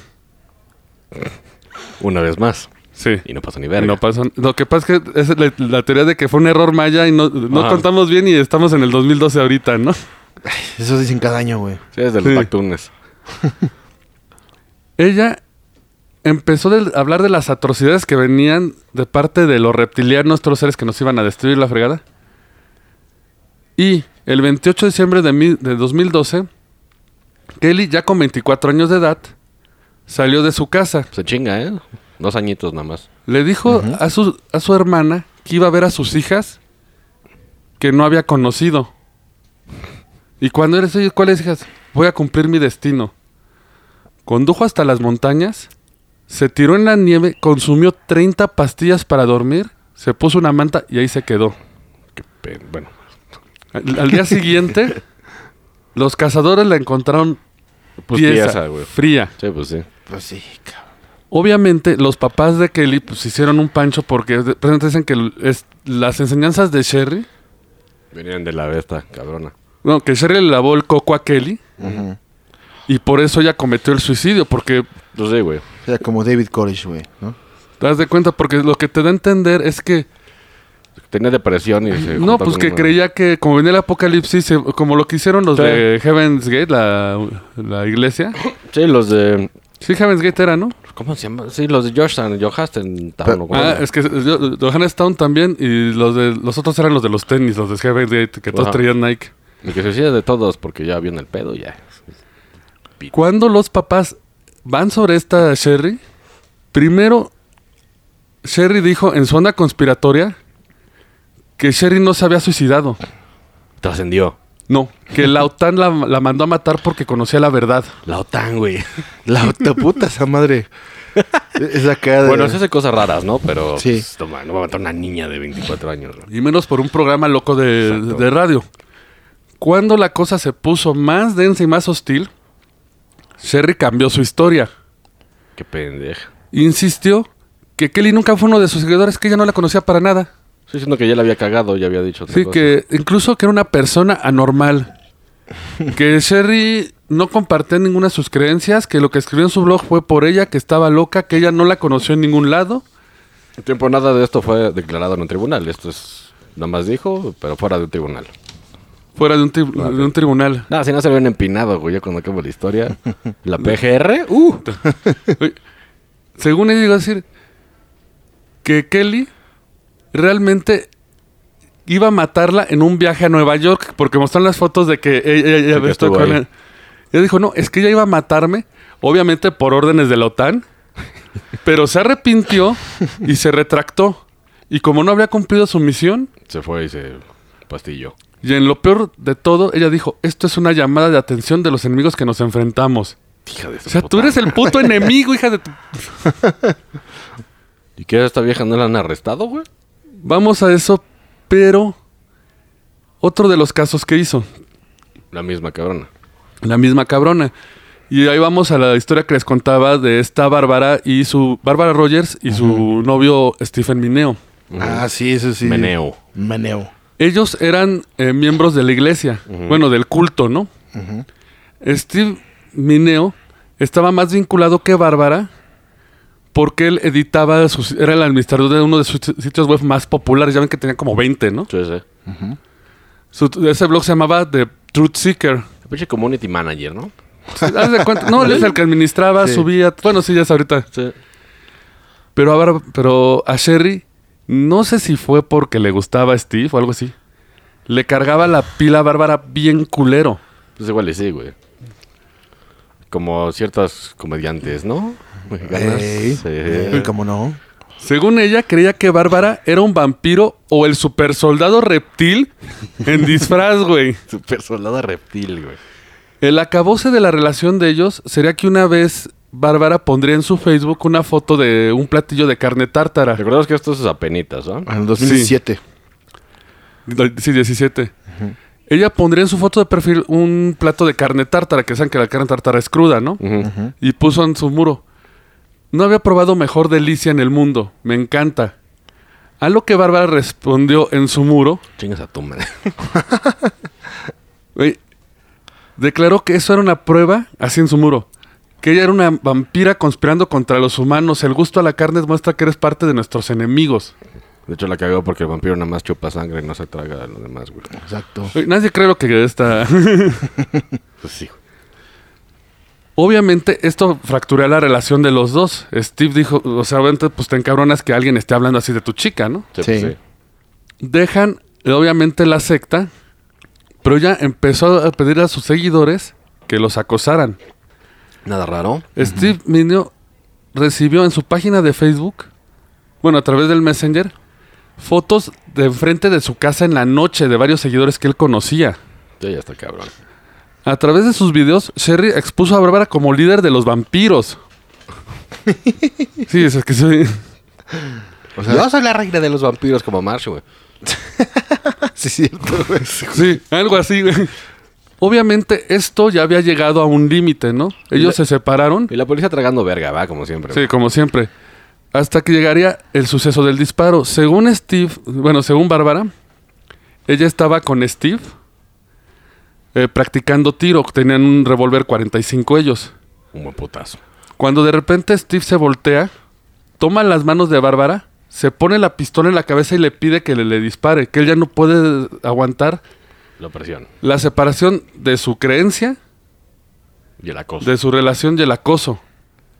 S4: Una vez más.
S2: Sí.
S4: Y no pasa ni verga.
S2: No pasó- Lo que pasa es que es la, la teoría de que fue un error maya y no, no
S4: Ajá.
S2: contamos bien y estamos en el 2012 ahorita, ¿no?
S3: Eso dicen cada año, güey.
S4: Sí, es de los
S2: Sí.
S4: Bactunes.
S2: Ella empezó del- a hablar de las atrocidades que venían de parte de los reptilianos, todos los seres que nos iban a destruir la fregada. Y el 28 de diciembre de, mi- de 2012, Kelly, ya con 24 años de edad, salió de su casa.
S4: Se chinga, ¿eh? Dos añitos nada más.
S2: Le dijo a, su, a su hermana que iba a ver a sus hijas que no había conocido. Y cuando eres ellos, ¿cuáles hijas? Voy a cumplir mi destino. Condujo hasta las montañas, se tiró en la nieve, consumió 30 pastillas para dormir, se puso una manta y ahí se quedó.
S4: Qué pen- Bueno.
S2: Al, al día siguiente, los cazadores la encontraron
S4: Pues
S2: tiesa,
S4: tiesa, güey.
S2: fría.
S4: Sí, pues sí.
S3: Pues sí, cabrón.
S2: Obviamente, los papás de Kelly pues, hicieron un pancho porque de- presente dicen que l- es- las enseñanzas de Sherry,
S4: Venían de la besta, cabrona.
S2: no, que Sherry le lavó el coco a Kelly y por eso ella cometió el suicidio, porque,
S4: Pues sí, güey.
S3: O sea, como David Koresh, güey, ¿no?
S2: te das de cuenta, porque lo que te da a entender es que,
S4: Tenía depresión y se
S2: no,
S4: juntó
S2: pues
S4: con
S2: que
S4: una-
S2: creía que como venía el apocalipsis, se- como lo que hicieron los
S4: Sí.
S2: de Heaven's Gate, la, la iglesia.
S4: Sí, los de...
S2: Sí, Heaven's Gate era, ¿no?
S4: ¿Cómo se llama? Sí, los de Georgetown, Georgetown,
S3: Pero-
S4: Town,
S2: Ah, es que eh, yo- Johannestown también y los de los otros eran los de los tenis, los de Heaven's Gate, que todos
S4: Ajá.
S2: traían Nike.
S4: Y que se decida de todos porque ya viene el pedo, ya.
S2: Cuando los papás van sobre esta Sherry, primero Sherry dijo en su onda conspiratoria que Sherry no se había suicidado.
S4: Trascendió.
S2: No, que la OTAN la, la mandó a matar porque conocía la verdad.
S4: La OTAN, güey. <laughs>
S3: La otra puta esa <laughs> madre. Es acá de...
S4: Bueno, se hace cosas raras, ¿no? Pero
S3: Sí.
S4: pues, toma, no va a matar una niña de 24 años. güey.
S2: Y menos por un programa loco de,
S4: Exacto.
S2: de radio. Cuando la cosa se puso más densa y más hostil, Sherry cambió su historia.
S4: Qué pendeja.
S2: Insistió que Kelly nunca fue uno de sus seguidores, que ella no la conocía para nada.
S4: Estoy diciendo que ya la había cagado, ya había dicho otra
S2: Sí,
S4: cosa.
S2: que incluso que era una persona anormal. Que Sherry no compartía ninguna de sus creencias, que lo que escribió en su blog fue por ella, que estaba loca, que ella no la conoció en ningún lado.
S4: Tiempo nada de esto fue declarado en un tribunal. Esto es... Nada más dijo, pero fuera de un tribunal.
S2: Fuera de un, tri- de un tribunal.
S4: Nada, si no se habían empinado, güey. Ya cuando acabo
S2: <laughs>
S4: la historia. La PGR, uh.
S2: Oye, Según ella llegó a decir que Kelly realmente iba a matarla en un viaje a Nueva York, porque mostraron las fotos de que ella, ella- ella
S4: De
S2: estuvo
S4: que estuvo
S2: con
S4: ahí.
S2: él. Ella dijo, no, es que ella iba a matarme, obviamente por órdenes de la
S4: <laughs>
S2: OTAN, pero se arrepintió y se retractó. Y como no había cumplido su misión,
S4: Se fue y se... pastillo.
S2: Y en lo peor de todo, ella dijo, esto es una llamada de atención de los enemigos que nos enfrentamos.
S4: Hija de su
S2: O sea, tú
S4: puta
S2: eres el
S4: <laughs>
S2: puto enemigo, hija de tu...
S4: madre. ¿Y qué esta vieja no la han arrestado, güey?
S2: Vamos a eso, pero... Otro de los casos que hizo,
S4: La misma cabrona.
S2: la misma cabrona. Y ahí vamos a la historia que les contaba de esta Bárbara y su... Bárbara Rogers y su novio Stephen Mineo.
S3: Ah, sí, eso sí.
S4: Meneo.
S3: Meneo.
S2: Ellos eran eh, miembros de la iglesia, bueno, del culto, ¿no? Steve Mineo estaba más vinculado que Bárbara porque él editaba, sus- era el administrador de uno de sus sitios web más populares, ya ven que tenía como 20, ¿no?
S4: Sí, sí.
S2: Su- ese blog se llamaba The Truth Seeker.
S4: La pinche community manager, ¿no?
S2: Haz de cuenta- No, él es el que administraba,
S3: Sí.
S2: subía, bueno, sí, ya es ahorita.
S4: Sí.
S2: Pero a, Bar- pero a Sherry, no sé si fue porque le gustaba a Steve o algo así, le cargaba la pila a Bárbara bien culero.
S4: Pues igual y sí, güey. Como ciertas comediantes, ¿no? Mexicanas.
S3: Ey,
S4: Sí.
S3: ey, ¿Cómo no?
S2: Según ella, creía que Bárbara era un vampiro o el supersoldado reptil en disfraz, güey.
S4: Super soldada reptil, güey.
S2: El acabose de la relación de ellos sería que una vez Bárbara pondría en su Facebook una foto de un platillo de carne tártara.
S4: Recordemos que esto es apenitas, ¿no?
S3: En el 2007.
S2: Sí, 17. Ella pondría en su foto de perfil un plato de carne tártara, que saben que la carne tártara es cruda, ¿no?
S4: Ujú.
S2: Y puso en su muro. No había probado mejor delicia en el mundo. Me encanta. A lo que Bárbara respondió en su muro.
S4: Chingas a tu madre.
S2: Güey, declaró que eso era una prueba, así en su muro. Que ella era una vampira conspirando contra los humanos. El gusto a la carne muestra que eres parte de nuestros enemigos.
S4: De hecho, la cagó porque el vampiro nada más chupa sangre y no se traga a los demás, güey. <laughs>
S3: Exacto.
S2: Güey, nadie cree lo que <laughs> está.
S4: Pues sí, güey.
S2: Obviamente, esto fracturó la relación de los dos. Steve dijo: O sea, obviamente, pues te encabronas que alguien esté hablando así de tu chica, ¿no?
S4: Sí,
S3: Sí.
S4: pues sí.
S2: Dejan, eh, obviamente, la secta. Pero ella empezó a pedir a sus seguidores que los acosaran.
S4: Nada raro.
S2: Steve Minio recibió en su página de Facebook, bueno, a través del Messenger, fotos de enfrente de su casa en la noche de varios seguidores que él conocía.
S4: Sí, ya está cabrón.
S2: A través de sus videos, Sherry expuso a Bárbara como líder de los vampiros. Sí, es que soy...
S3: O sea,
S4: Yo soy la reina de los vampiros como Marsh, güey.
S3: sí, es cierto. güey.
S2: Sí, algo así. güey. Obviamente esto ya había llegado a un límite, ¿no? Ellos se separaron.
S4: Y la policía tragando verga, va, como siempre.
S2: Sí, como siempre. Hasta que llegaría el suceso del disparo. Según Steve, bueno, según Bárbara, ella estaba con Steve eh, practicando tiro. Tenían un revólver 45 ellos.
S4: güey. Un buen putazo.
S2: Cuando de repente Steve se voltea, toma las manos de Bárbara, se pone la pistola en la cabeza y le pide que le, le dispare, que él ya no puede aguantar
S4: La opresión
S2: la separación de su creencia,
S4: y el acoso.
S2: de su relación y el acoso.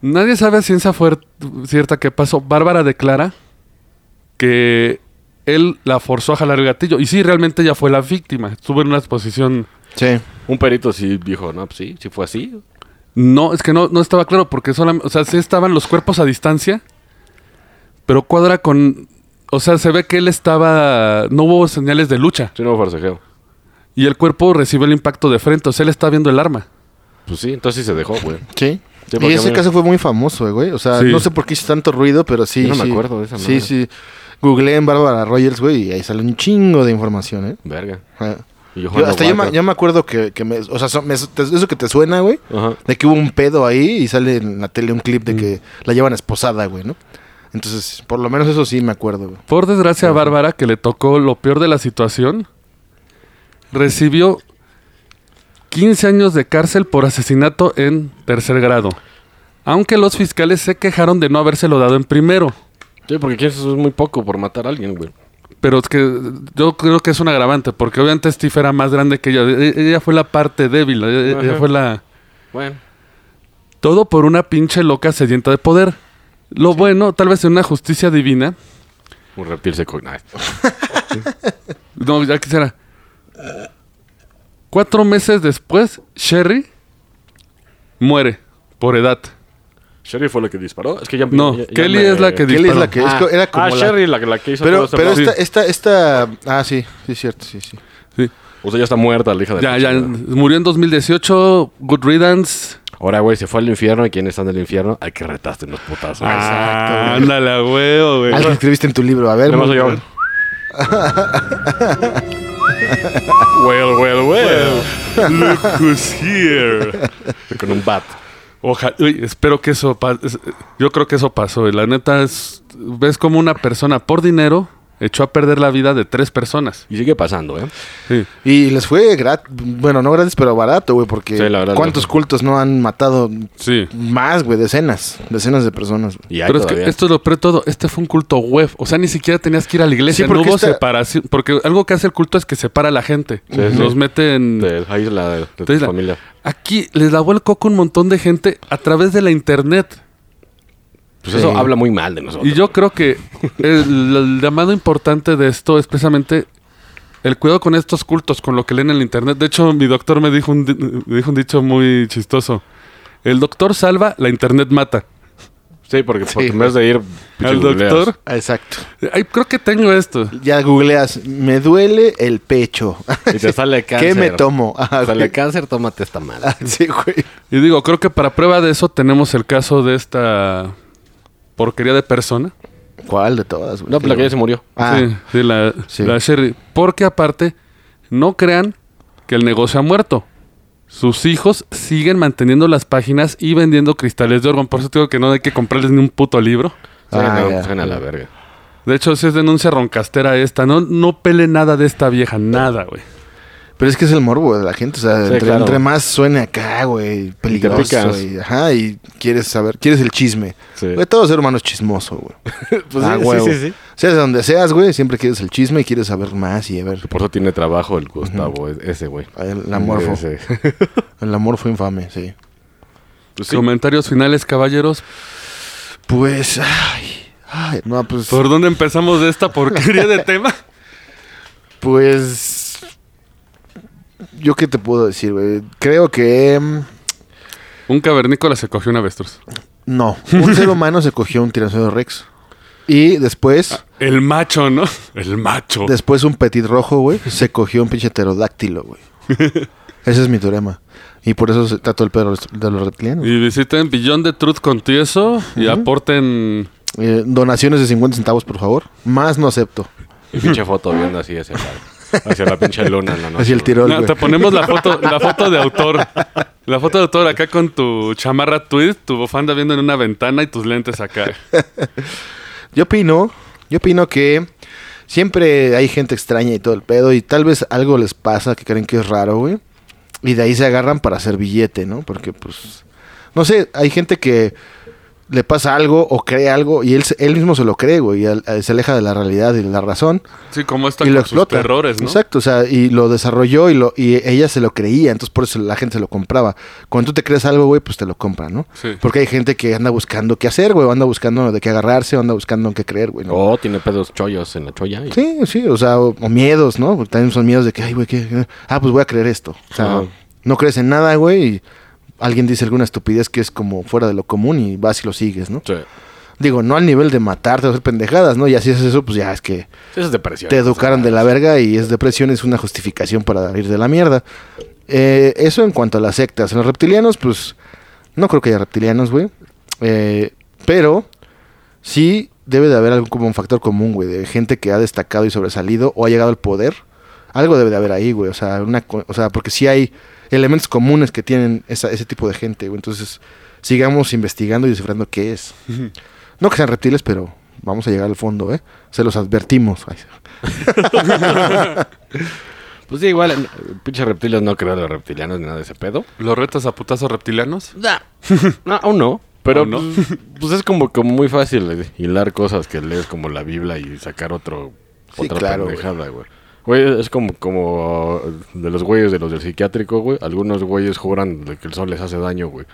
S2: Nadie sabe a ciencia fuer- cierta qué pasó. Bárbara declara que él la forzó a jalar el gatillo. Y sí, realmente ella fue la víctima. Estuvo en una exposición...
S3: Sí.
S4: Un perito sí dijo, no, pues sí, sí fue así.
S2: No, es que no, no estaba claro porque solamente, o sea, sí estaban los cuerpos a distancia, pero cuadra con, o sea, se ve que él estaba, no hubo señales de lucha
S4: Sí, no fue forcejeo.
S2: y el cuerpo recibe el impacto de frente, o sea, él está viendo el arma.
S4: Pues sí, entonces sí se dejó, güey.
S3: Sí.
S4: Sí,
S3: y
S4: porque
S3: ese
S4: mira-
S3: caso fue muy famoso, güey. O sea,
S2: Sí.
S3: no sé por qué hizo tanto ruido, pero sí.
S4: Yo no me
S3: sí.
S4: acuerdo de esa
S3: Sí,
S4: madre.
S3: sí. Googleé en Bárbara Rogers, güey, y ahí sale un chingo de información, ¿eh?
S4: Verga.
S3: Ajá.
S4: Y
S3: Yo-
S4: jugando
S3: hasta yo me,
S4: Warcraft.
S3: yo me acuerdo que, que me- o sea, son- me- te- eso que te suena, güey,
S4: Ajá.
S3: de que hubo un pedo ahí y sale en la tele un clip de que
S4: Mm.
S3: la llevan esposada, güey, ¿no? Entonces, por lo menos eso sí me acuerdo, güey.
S2: Por desgracia, a Bárbara, que le tocó lo peor de la situación, recibió 15 años de cárcel por asesinato en tercer grado. Aunque los fiscales se quejaron de no habérselo dado en primero.
S4: Sí, porque 15 es muy poco por matar a alguien, güey.
S2: Pero es que yo creo que es un agravante, porque obviamente Steve era más grande que ella. E- Ella fue la parte débil, e- ella,
S4: Ajá.
S2: fue la...
S4: Bueno.
S2: Todo por una pinche loca sedienta de poder. Lo bueno, tal vez en una justicia divina.
S4: Un reptil se co- nah,
S2: No, ya quisiera. Cuatro meses después, Sherry muere por edad.
S4: Sherry fue la que disparó. Es que ya
S2: No,
S4: ya- ya
S2: Kelly
S4: me-
S2: es la que
S3: Kelly es
S2: disparó.
S3: la que es
S4: Ah,
S3: co- era como
S4: ah,
S3: la-
S4: Sherry la, que- la que hizo todo
S3: Pero,
S4: ese
S3: pero
S4: pedo.
S3: esta, esta, esta. Ah, sí, sí, es cierto, sí, sí.
S2: Sí.
S4: O sea, ya está muerta la hija de
S2: Ya,
S4: la
S2: ya,
S4: chingada.
S2: murió en 2018, Good Riddance.
S4: Ahora, güey, se fue al infierno. ¿Y quién está en el infierno? Al que retaste en los putazos.
S2: Ah, ándale a huevo, güey.
S3: Algo Ah, que escribiste en tu libro, a ver.
S4: Nada más
S3: mon-
S4: yo.
S2: <laughs>
S4: well, well, well.
S2: Look who's here.
S4: Con un bat.
S2: Ojalá, espero que eso pa- es- Yo creo que eso pasó. y La neta es. Ves como una persona por dinero echó a perder la vida de tres personas.
S4: Y sigue pasando, ¿eh?
S2: Sí.
S3: Y les fue gratis, bueno, no gratis, pero barato, güey, porque
S4: Sí, la verdad,
S3: ¿cuántos
S4: la-
S3: cultos no han matado
S2: sí.
S3: más, güey? Decenas, decenas de personas. güey.
S4: Y hay
S2: Pero es
S4: todavía.
S2: que esto es lo peor de todo. Este fue un culto web. O sea, ni siquiera tenías que ir a la iglesia.
S3: Sí,
S2: no
S3: porque
S2: hubo
S3: esta-
S2: separación. Porque algo que hace el culto es que separa a la gente.
S4: sí.
S2: Los mete en.
S4: de la isla de, de tu
S2: Entonces, la-
S4: familia.
S2: Aquí les lavó el coco un montón de gente a través de la internet.
S4: Pues
S3: Sí.
S4: eso habla muy mal de nosotros.
S2: Y yo creo que el, el llamado importante de esto es precisamente el cuidado con estos cultos, con lo que leen en el internet. De hecho, mi doctor me dijo un, di- me dijo un dicho muy chistoso. El doctor salva, la internet mata.
S4: Sí, porque, porque
S3: Sí.
S4: en vez de ir...
S2: Al
S4: googleas.
S2: doctor,
S3: Ah, Exacto.
S2: ay, creo que tengo esto.
S3: Ya googleas, me duele el pecho.
S4: <laughs> Y
S3: <laughs>
S4: te sale cáncer.
S3: ¿Qué me tomo? Ah,
S4: Te <laughs> sale
S3: güey.
S4: cáncer, tómate esta madre.
S3: Ah, sí, güey.
S2: Y digo, creo que para prueba de eso tenemos el caso de esta porquería de persona.
S3: ¿Cuál de todas, güey?
S4: No, pues la que ya se murió.
S3: Ah,
S2: Sí, sí, la,
S3: Sí.
S2: la Sherry. Porque aparte, no crean que el negocio ha muerto. Sus hijos siguen manteniendo las páginas y vendiendo cristales de orgón. Por eso te digo que no hay que comprarles ni un puto libro.
S3: Ah,
S4: Suena,
S3: ya.
S4: suena a la verga.
S2: De hecho, si es denuncia roncastera esta, no, no pele nada de esta vieja, nada, güey.
S3: Pero es que es el morbo de la gente, o sea,
S4: Sí,
S3: entre,
S4: claro.
S3: entre más suene acá, güey, peligroso.
S4: picas.
S3: Y, ajá, y quieres saber, quieres el chisme.
S4: Sí.
S3: Güey, todo ser humano es chismoso, güey.
S4: <laughs> Pues
S3: Ah,
S4: sí, sí,
S3: huevo.
S4: sí, sí.
S3: Seas de donde seas, güey, siempre quieres el chisme y quieres saber más y a ver.
S4: Por eso tiene trabajo el Gustavo, es- ese güey.
S3: El amorfo. <laughs>
S4: Ese.
S3: El amor fue infame, sí.
S4: Pues sí.
S2: Comentarios finales, caballeros.
S3: Pues, ay, ay, no, pues,
S2: ¿Por dónde empezamos de esta porquería de
S3: <laughs>
S2: tema?
S3: pues, yo qué te puedo decir, güey. Creo que mm,
S2: Un cavernícola se cogió una avestruz.
S3: no. Un
S4: <laughs>
S3: ser humano se cogió un tiranosaurio Rex y después,
S2: El macho, ¿no? El macho.
S3: después un petit rojo, güey, se cogió un pinche pterodáctilo,
S4: <laughs>
S3: güey. Ese es mi teorema. Y por eso se trató el perro de los reptilianos.
S2: Y visiten Billón de Truth con Tieso y aporten
S3: Eh, donaciones de 50 centavos, por favor. Más no acepto.
S4: <laughs> Y pinche foto viendo así hacia la, hacia la pinche luna en la noche.
S3: Así el
S4: güey.
S3: tirol,
S2: No,
S3: güey.
S2: te ponemos la foto,
S3: <laughs>
S2: la foto de autor. La foto de autor acá con tu chamarra tweed, tu bufanda viendo en una ventana y tus lentes acá.
S3: Yo opino, yo opino que siempre hay gente extraña y todo el pedo y tal vez algo les pasa que creen que es raro, güey. Y de ahí se agarran para hacer billete, ¿no? Porque pues no sé, hay gente que le pasa algo o cree algo y él, se- él mismo se lo cree, güey, y al- al- se aleja de la realidad y de la razón
S2: Sí, como está
S3: y
S2: con
S3: lo
S2: sus
S3: explota.
S2: terrores, ¿no?
S3: Exacto, o sea, y lo desarrolló y lo y ella se lo creía, entonces por eso la gente se lo compraba. Cuando tú te crees algo, güey, pues te lo compra, ¿no?
S2: Sí.
S3: Porque hay gente que anda buscando qué hacer, güey, o anda buscando de qué agarrarse, o anda buscando en qué creer, güey. ¿no?
S4: Oh, tiene pedos chollos en la cholla. y-
S3: Sí, sí, o sea, o, o miedos, ¿no? Porque también son miedos de que, ay, güey, ¿qué, qué? Ah, pues voy a creer esto. O sea,
S4: Ah.
S3: no crees en nada, güey, y alguien dice alguna estupidez que es como fuera de lo común y vas y lo sigues, ¿no?
S4: Sí.
S3: Digo, no al nivel de matarte o hacer pendejadas, ¿no? Y así es eso, pues ya es que
S4: Eso es depresión.
S3: te educaron de la verga y es depresión, es una justificación para ir de la mierda. Eh, eso en cuanto a las sectas. En los reptilianos, pues no creo que haya reptilianos, güey. Eh, pero sí debe de haber algún como un factor común, güey, de gente que ha destacado y sobresalido o ha llegado al poder. Algo debe de haber ahí, güey. O sea, una, co- o sea porque sí hay elementos comunes que tienen esa- ese tipo de gente, güey. Entonces, sigamos investigando y descifrando qué es. No que sean reptiles, pero vamos a llegar al fondo, ¿eh? Se los advertimos. Ay,
S4: Pues sí, igual, en- pinche reptiles no creo en los reptilianos ni nada de ese pedo.
S2: ¿Los retas a putazos reptilianos?
S3: <laughs>
S4: No, aún no. Pero
S2: Aún no.
S4: Pues, pues es como, como muy fácil eh, hilar cosas que lees como la Biblia y sacar otro,
S3: Sí,
S4: otra
S3: claro,
S4: pendejada, güey. Güey, es como, como uh, de los güeyes de los del psiquiátrico, güey. Algunos güeyes juran de que el sol les hace daño, güey.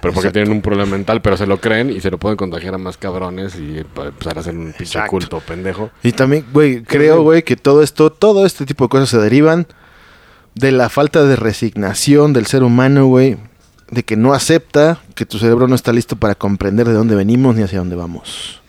S4: Pero porque
S3: Exacto.
S4: tienen un problema mental, pero se lo creen y se lo pueden contagiar a más cabrones y eh, para empezar a hacer un pinche
S3: Exacto.
S4: culto pendejo.
S3: Y también, güey, creo, güey, que todo esto, todo este tipo de cosas se derivan de la falta de resignación del ser humano, güey, de que no acepta que tu cerebro no está listo para comprender de dónde venimos ni hacia dónde vamos.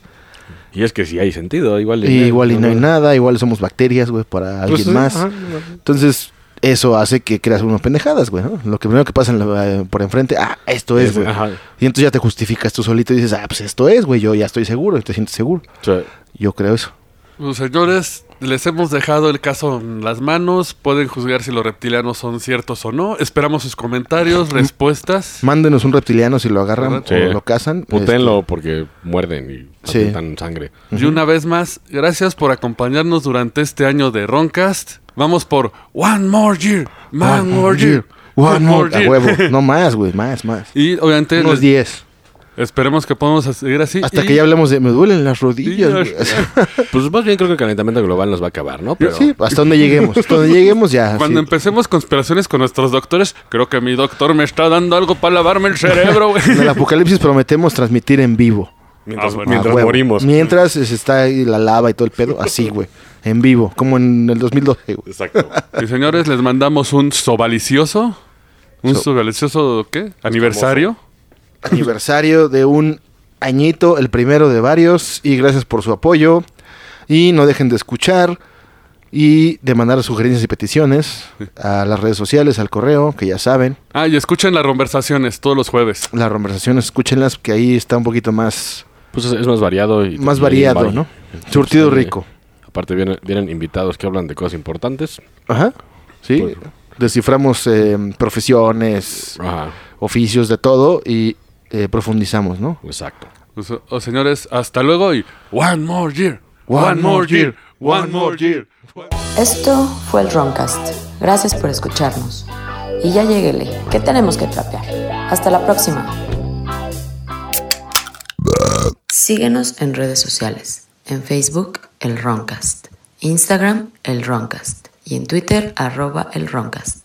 S4: Y es que sí hay sentido, igual.
S3: Y igual y no hay nada, igual somos bacterias, güey, para
S4: Pues,
S3: alguien
S4: sí,
S3: más.
S4: ajá.
S3: Entonces, eso hace que creas unas pendejadas, güey, ¿no? Lo que primero que pasa en la- por enfrente, ah, esto es,
S4: Es-
S3: güey.
S4: ajá.
S3: Y entonces ya te justificas tú solito y dices, ah, pues esto es, güey, yo ya estoy seguro y te sientes seguro.
S4: O sea,
S3: Yo creo eso.
S2: Pues, señores, les hemos dejado el caso en las manos. Pueden juzgar si los reptilianos son ciertos o no. Esperamos sus comentarios,
S3: Mm.
S2: respuestas.
S3: Mándenos un reptiliano si lo agarran
S4: Sí.
S3: o lo cazan. este,
S4: putenlo porque muerden y
S3: Sí.
S4: aventan sangre.
S2: Y una vez más, gracias por acompañarnos durante este año de Roncast. Vamos por One More Year,
S3: Este,
S2: Man More Year,
S3: One more year.
S2: <laughs>
S3: A huevo. No más, güey, más, más.
S2: Y obviamente
S3: Unos
S2: les-
S3: 10.
S2: esperemos que podamos seguir así.
S3: Hasta
S2: Y-
S3: que ya hablemos de me duelen las
S2: y-
S3: rodillas. güey. <laughs>
S4: Pues más bien creo que el calentamiento global nos va a acabar, ¿no? Pero
S3: Sí, hasta donde lleguemos. Hasta donde lleguemos ya.
S2: Cuando
S3: sí.
S2: empecemos conspiraciones con nuestros doctores, creo que mi doctor me está dando algo para lavarme el cerebro, <laughs> güey.
S3: En el apocalipsis prometemos transmitir en vivo.
S4: mientras,
S2: Ah, bueno.
S4: mientras
S3: A huevo.
S4: morimos.
S3: Mientras se está ahí la lava y todo el pedo, así, güey. En vivo, como en el 2012, güey.
S4: Exacto.
S2: Y señores, les mandamos un sobalicioso. ¿Un
S3: So-
S2: sobalicioso qué? ¿Aniversario?
S3: <laughs> Aniversario de un añito, el primero de varios. Y gracias por su apoyo. Y no dejen de escuchar y de mandar sugerencias y peticiones a las redes sociales, al correo, que ya saben.
S2: Ah, y escuchen las conversaciones todos los jueves.
S3: Las conversaciones, escúchenlas, que ahí está un poquito más,
S4: Pues es, es más variado. Y
S3: más
S4: y
S3: variado,
S4: vari- eh,
S3: ¿no? Surtido
S4: Sí.
S3: rico.
S4: Aparte vienen, vienen invitados que hablan de cosas importantes.
S3: Ajá. Sí.
S4: Pues-
S3: Desciframos eh, profesiones,
S4: Ajá,
S3: oficios, de todo y eh, profundizamos, ¿no?
S4: exacto.
S2: O, se- o señores, hasta luego y one more year. One, more year. One more year.
S1: Esto fue el Roncast. Gracias por escucharnos. Y ya lleguele, que tenemos que trapear. Hasta la próxima. Síguenos en redes sociales. En Facebook, el Roncast. Instagram, el Roncast. Y en Twitter, arroba el Roncast.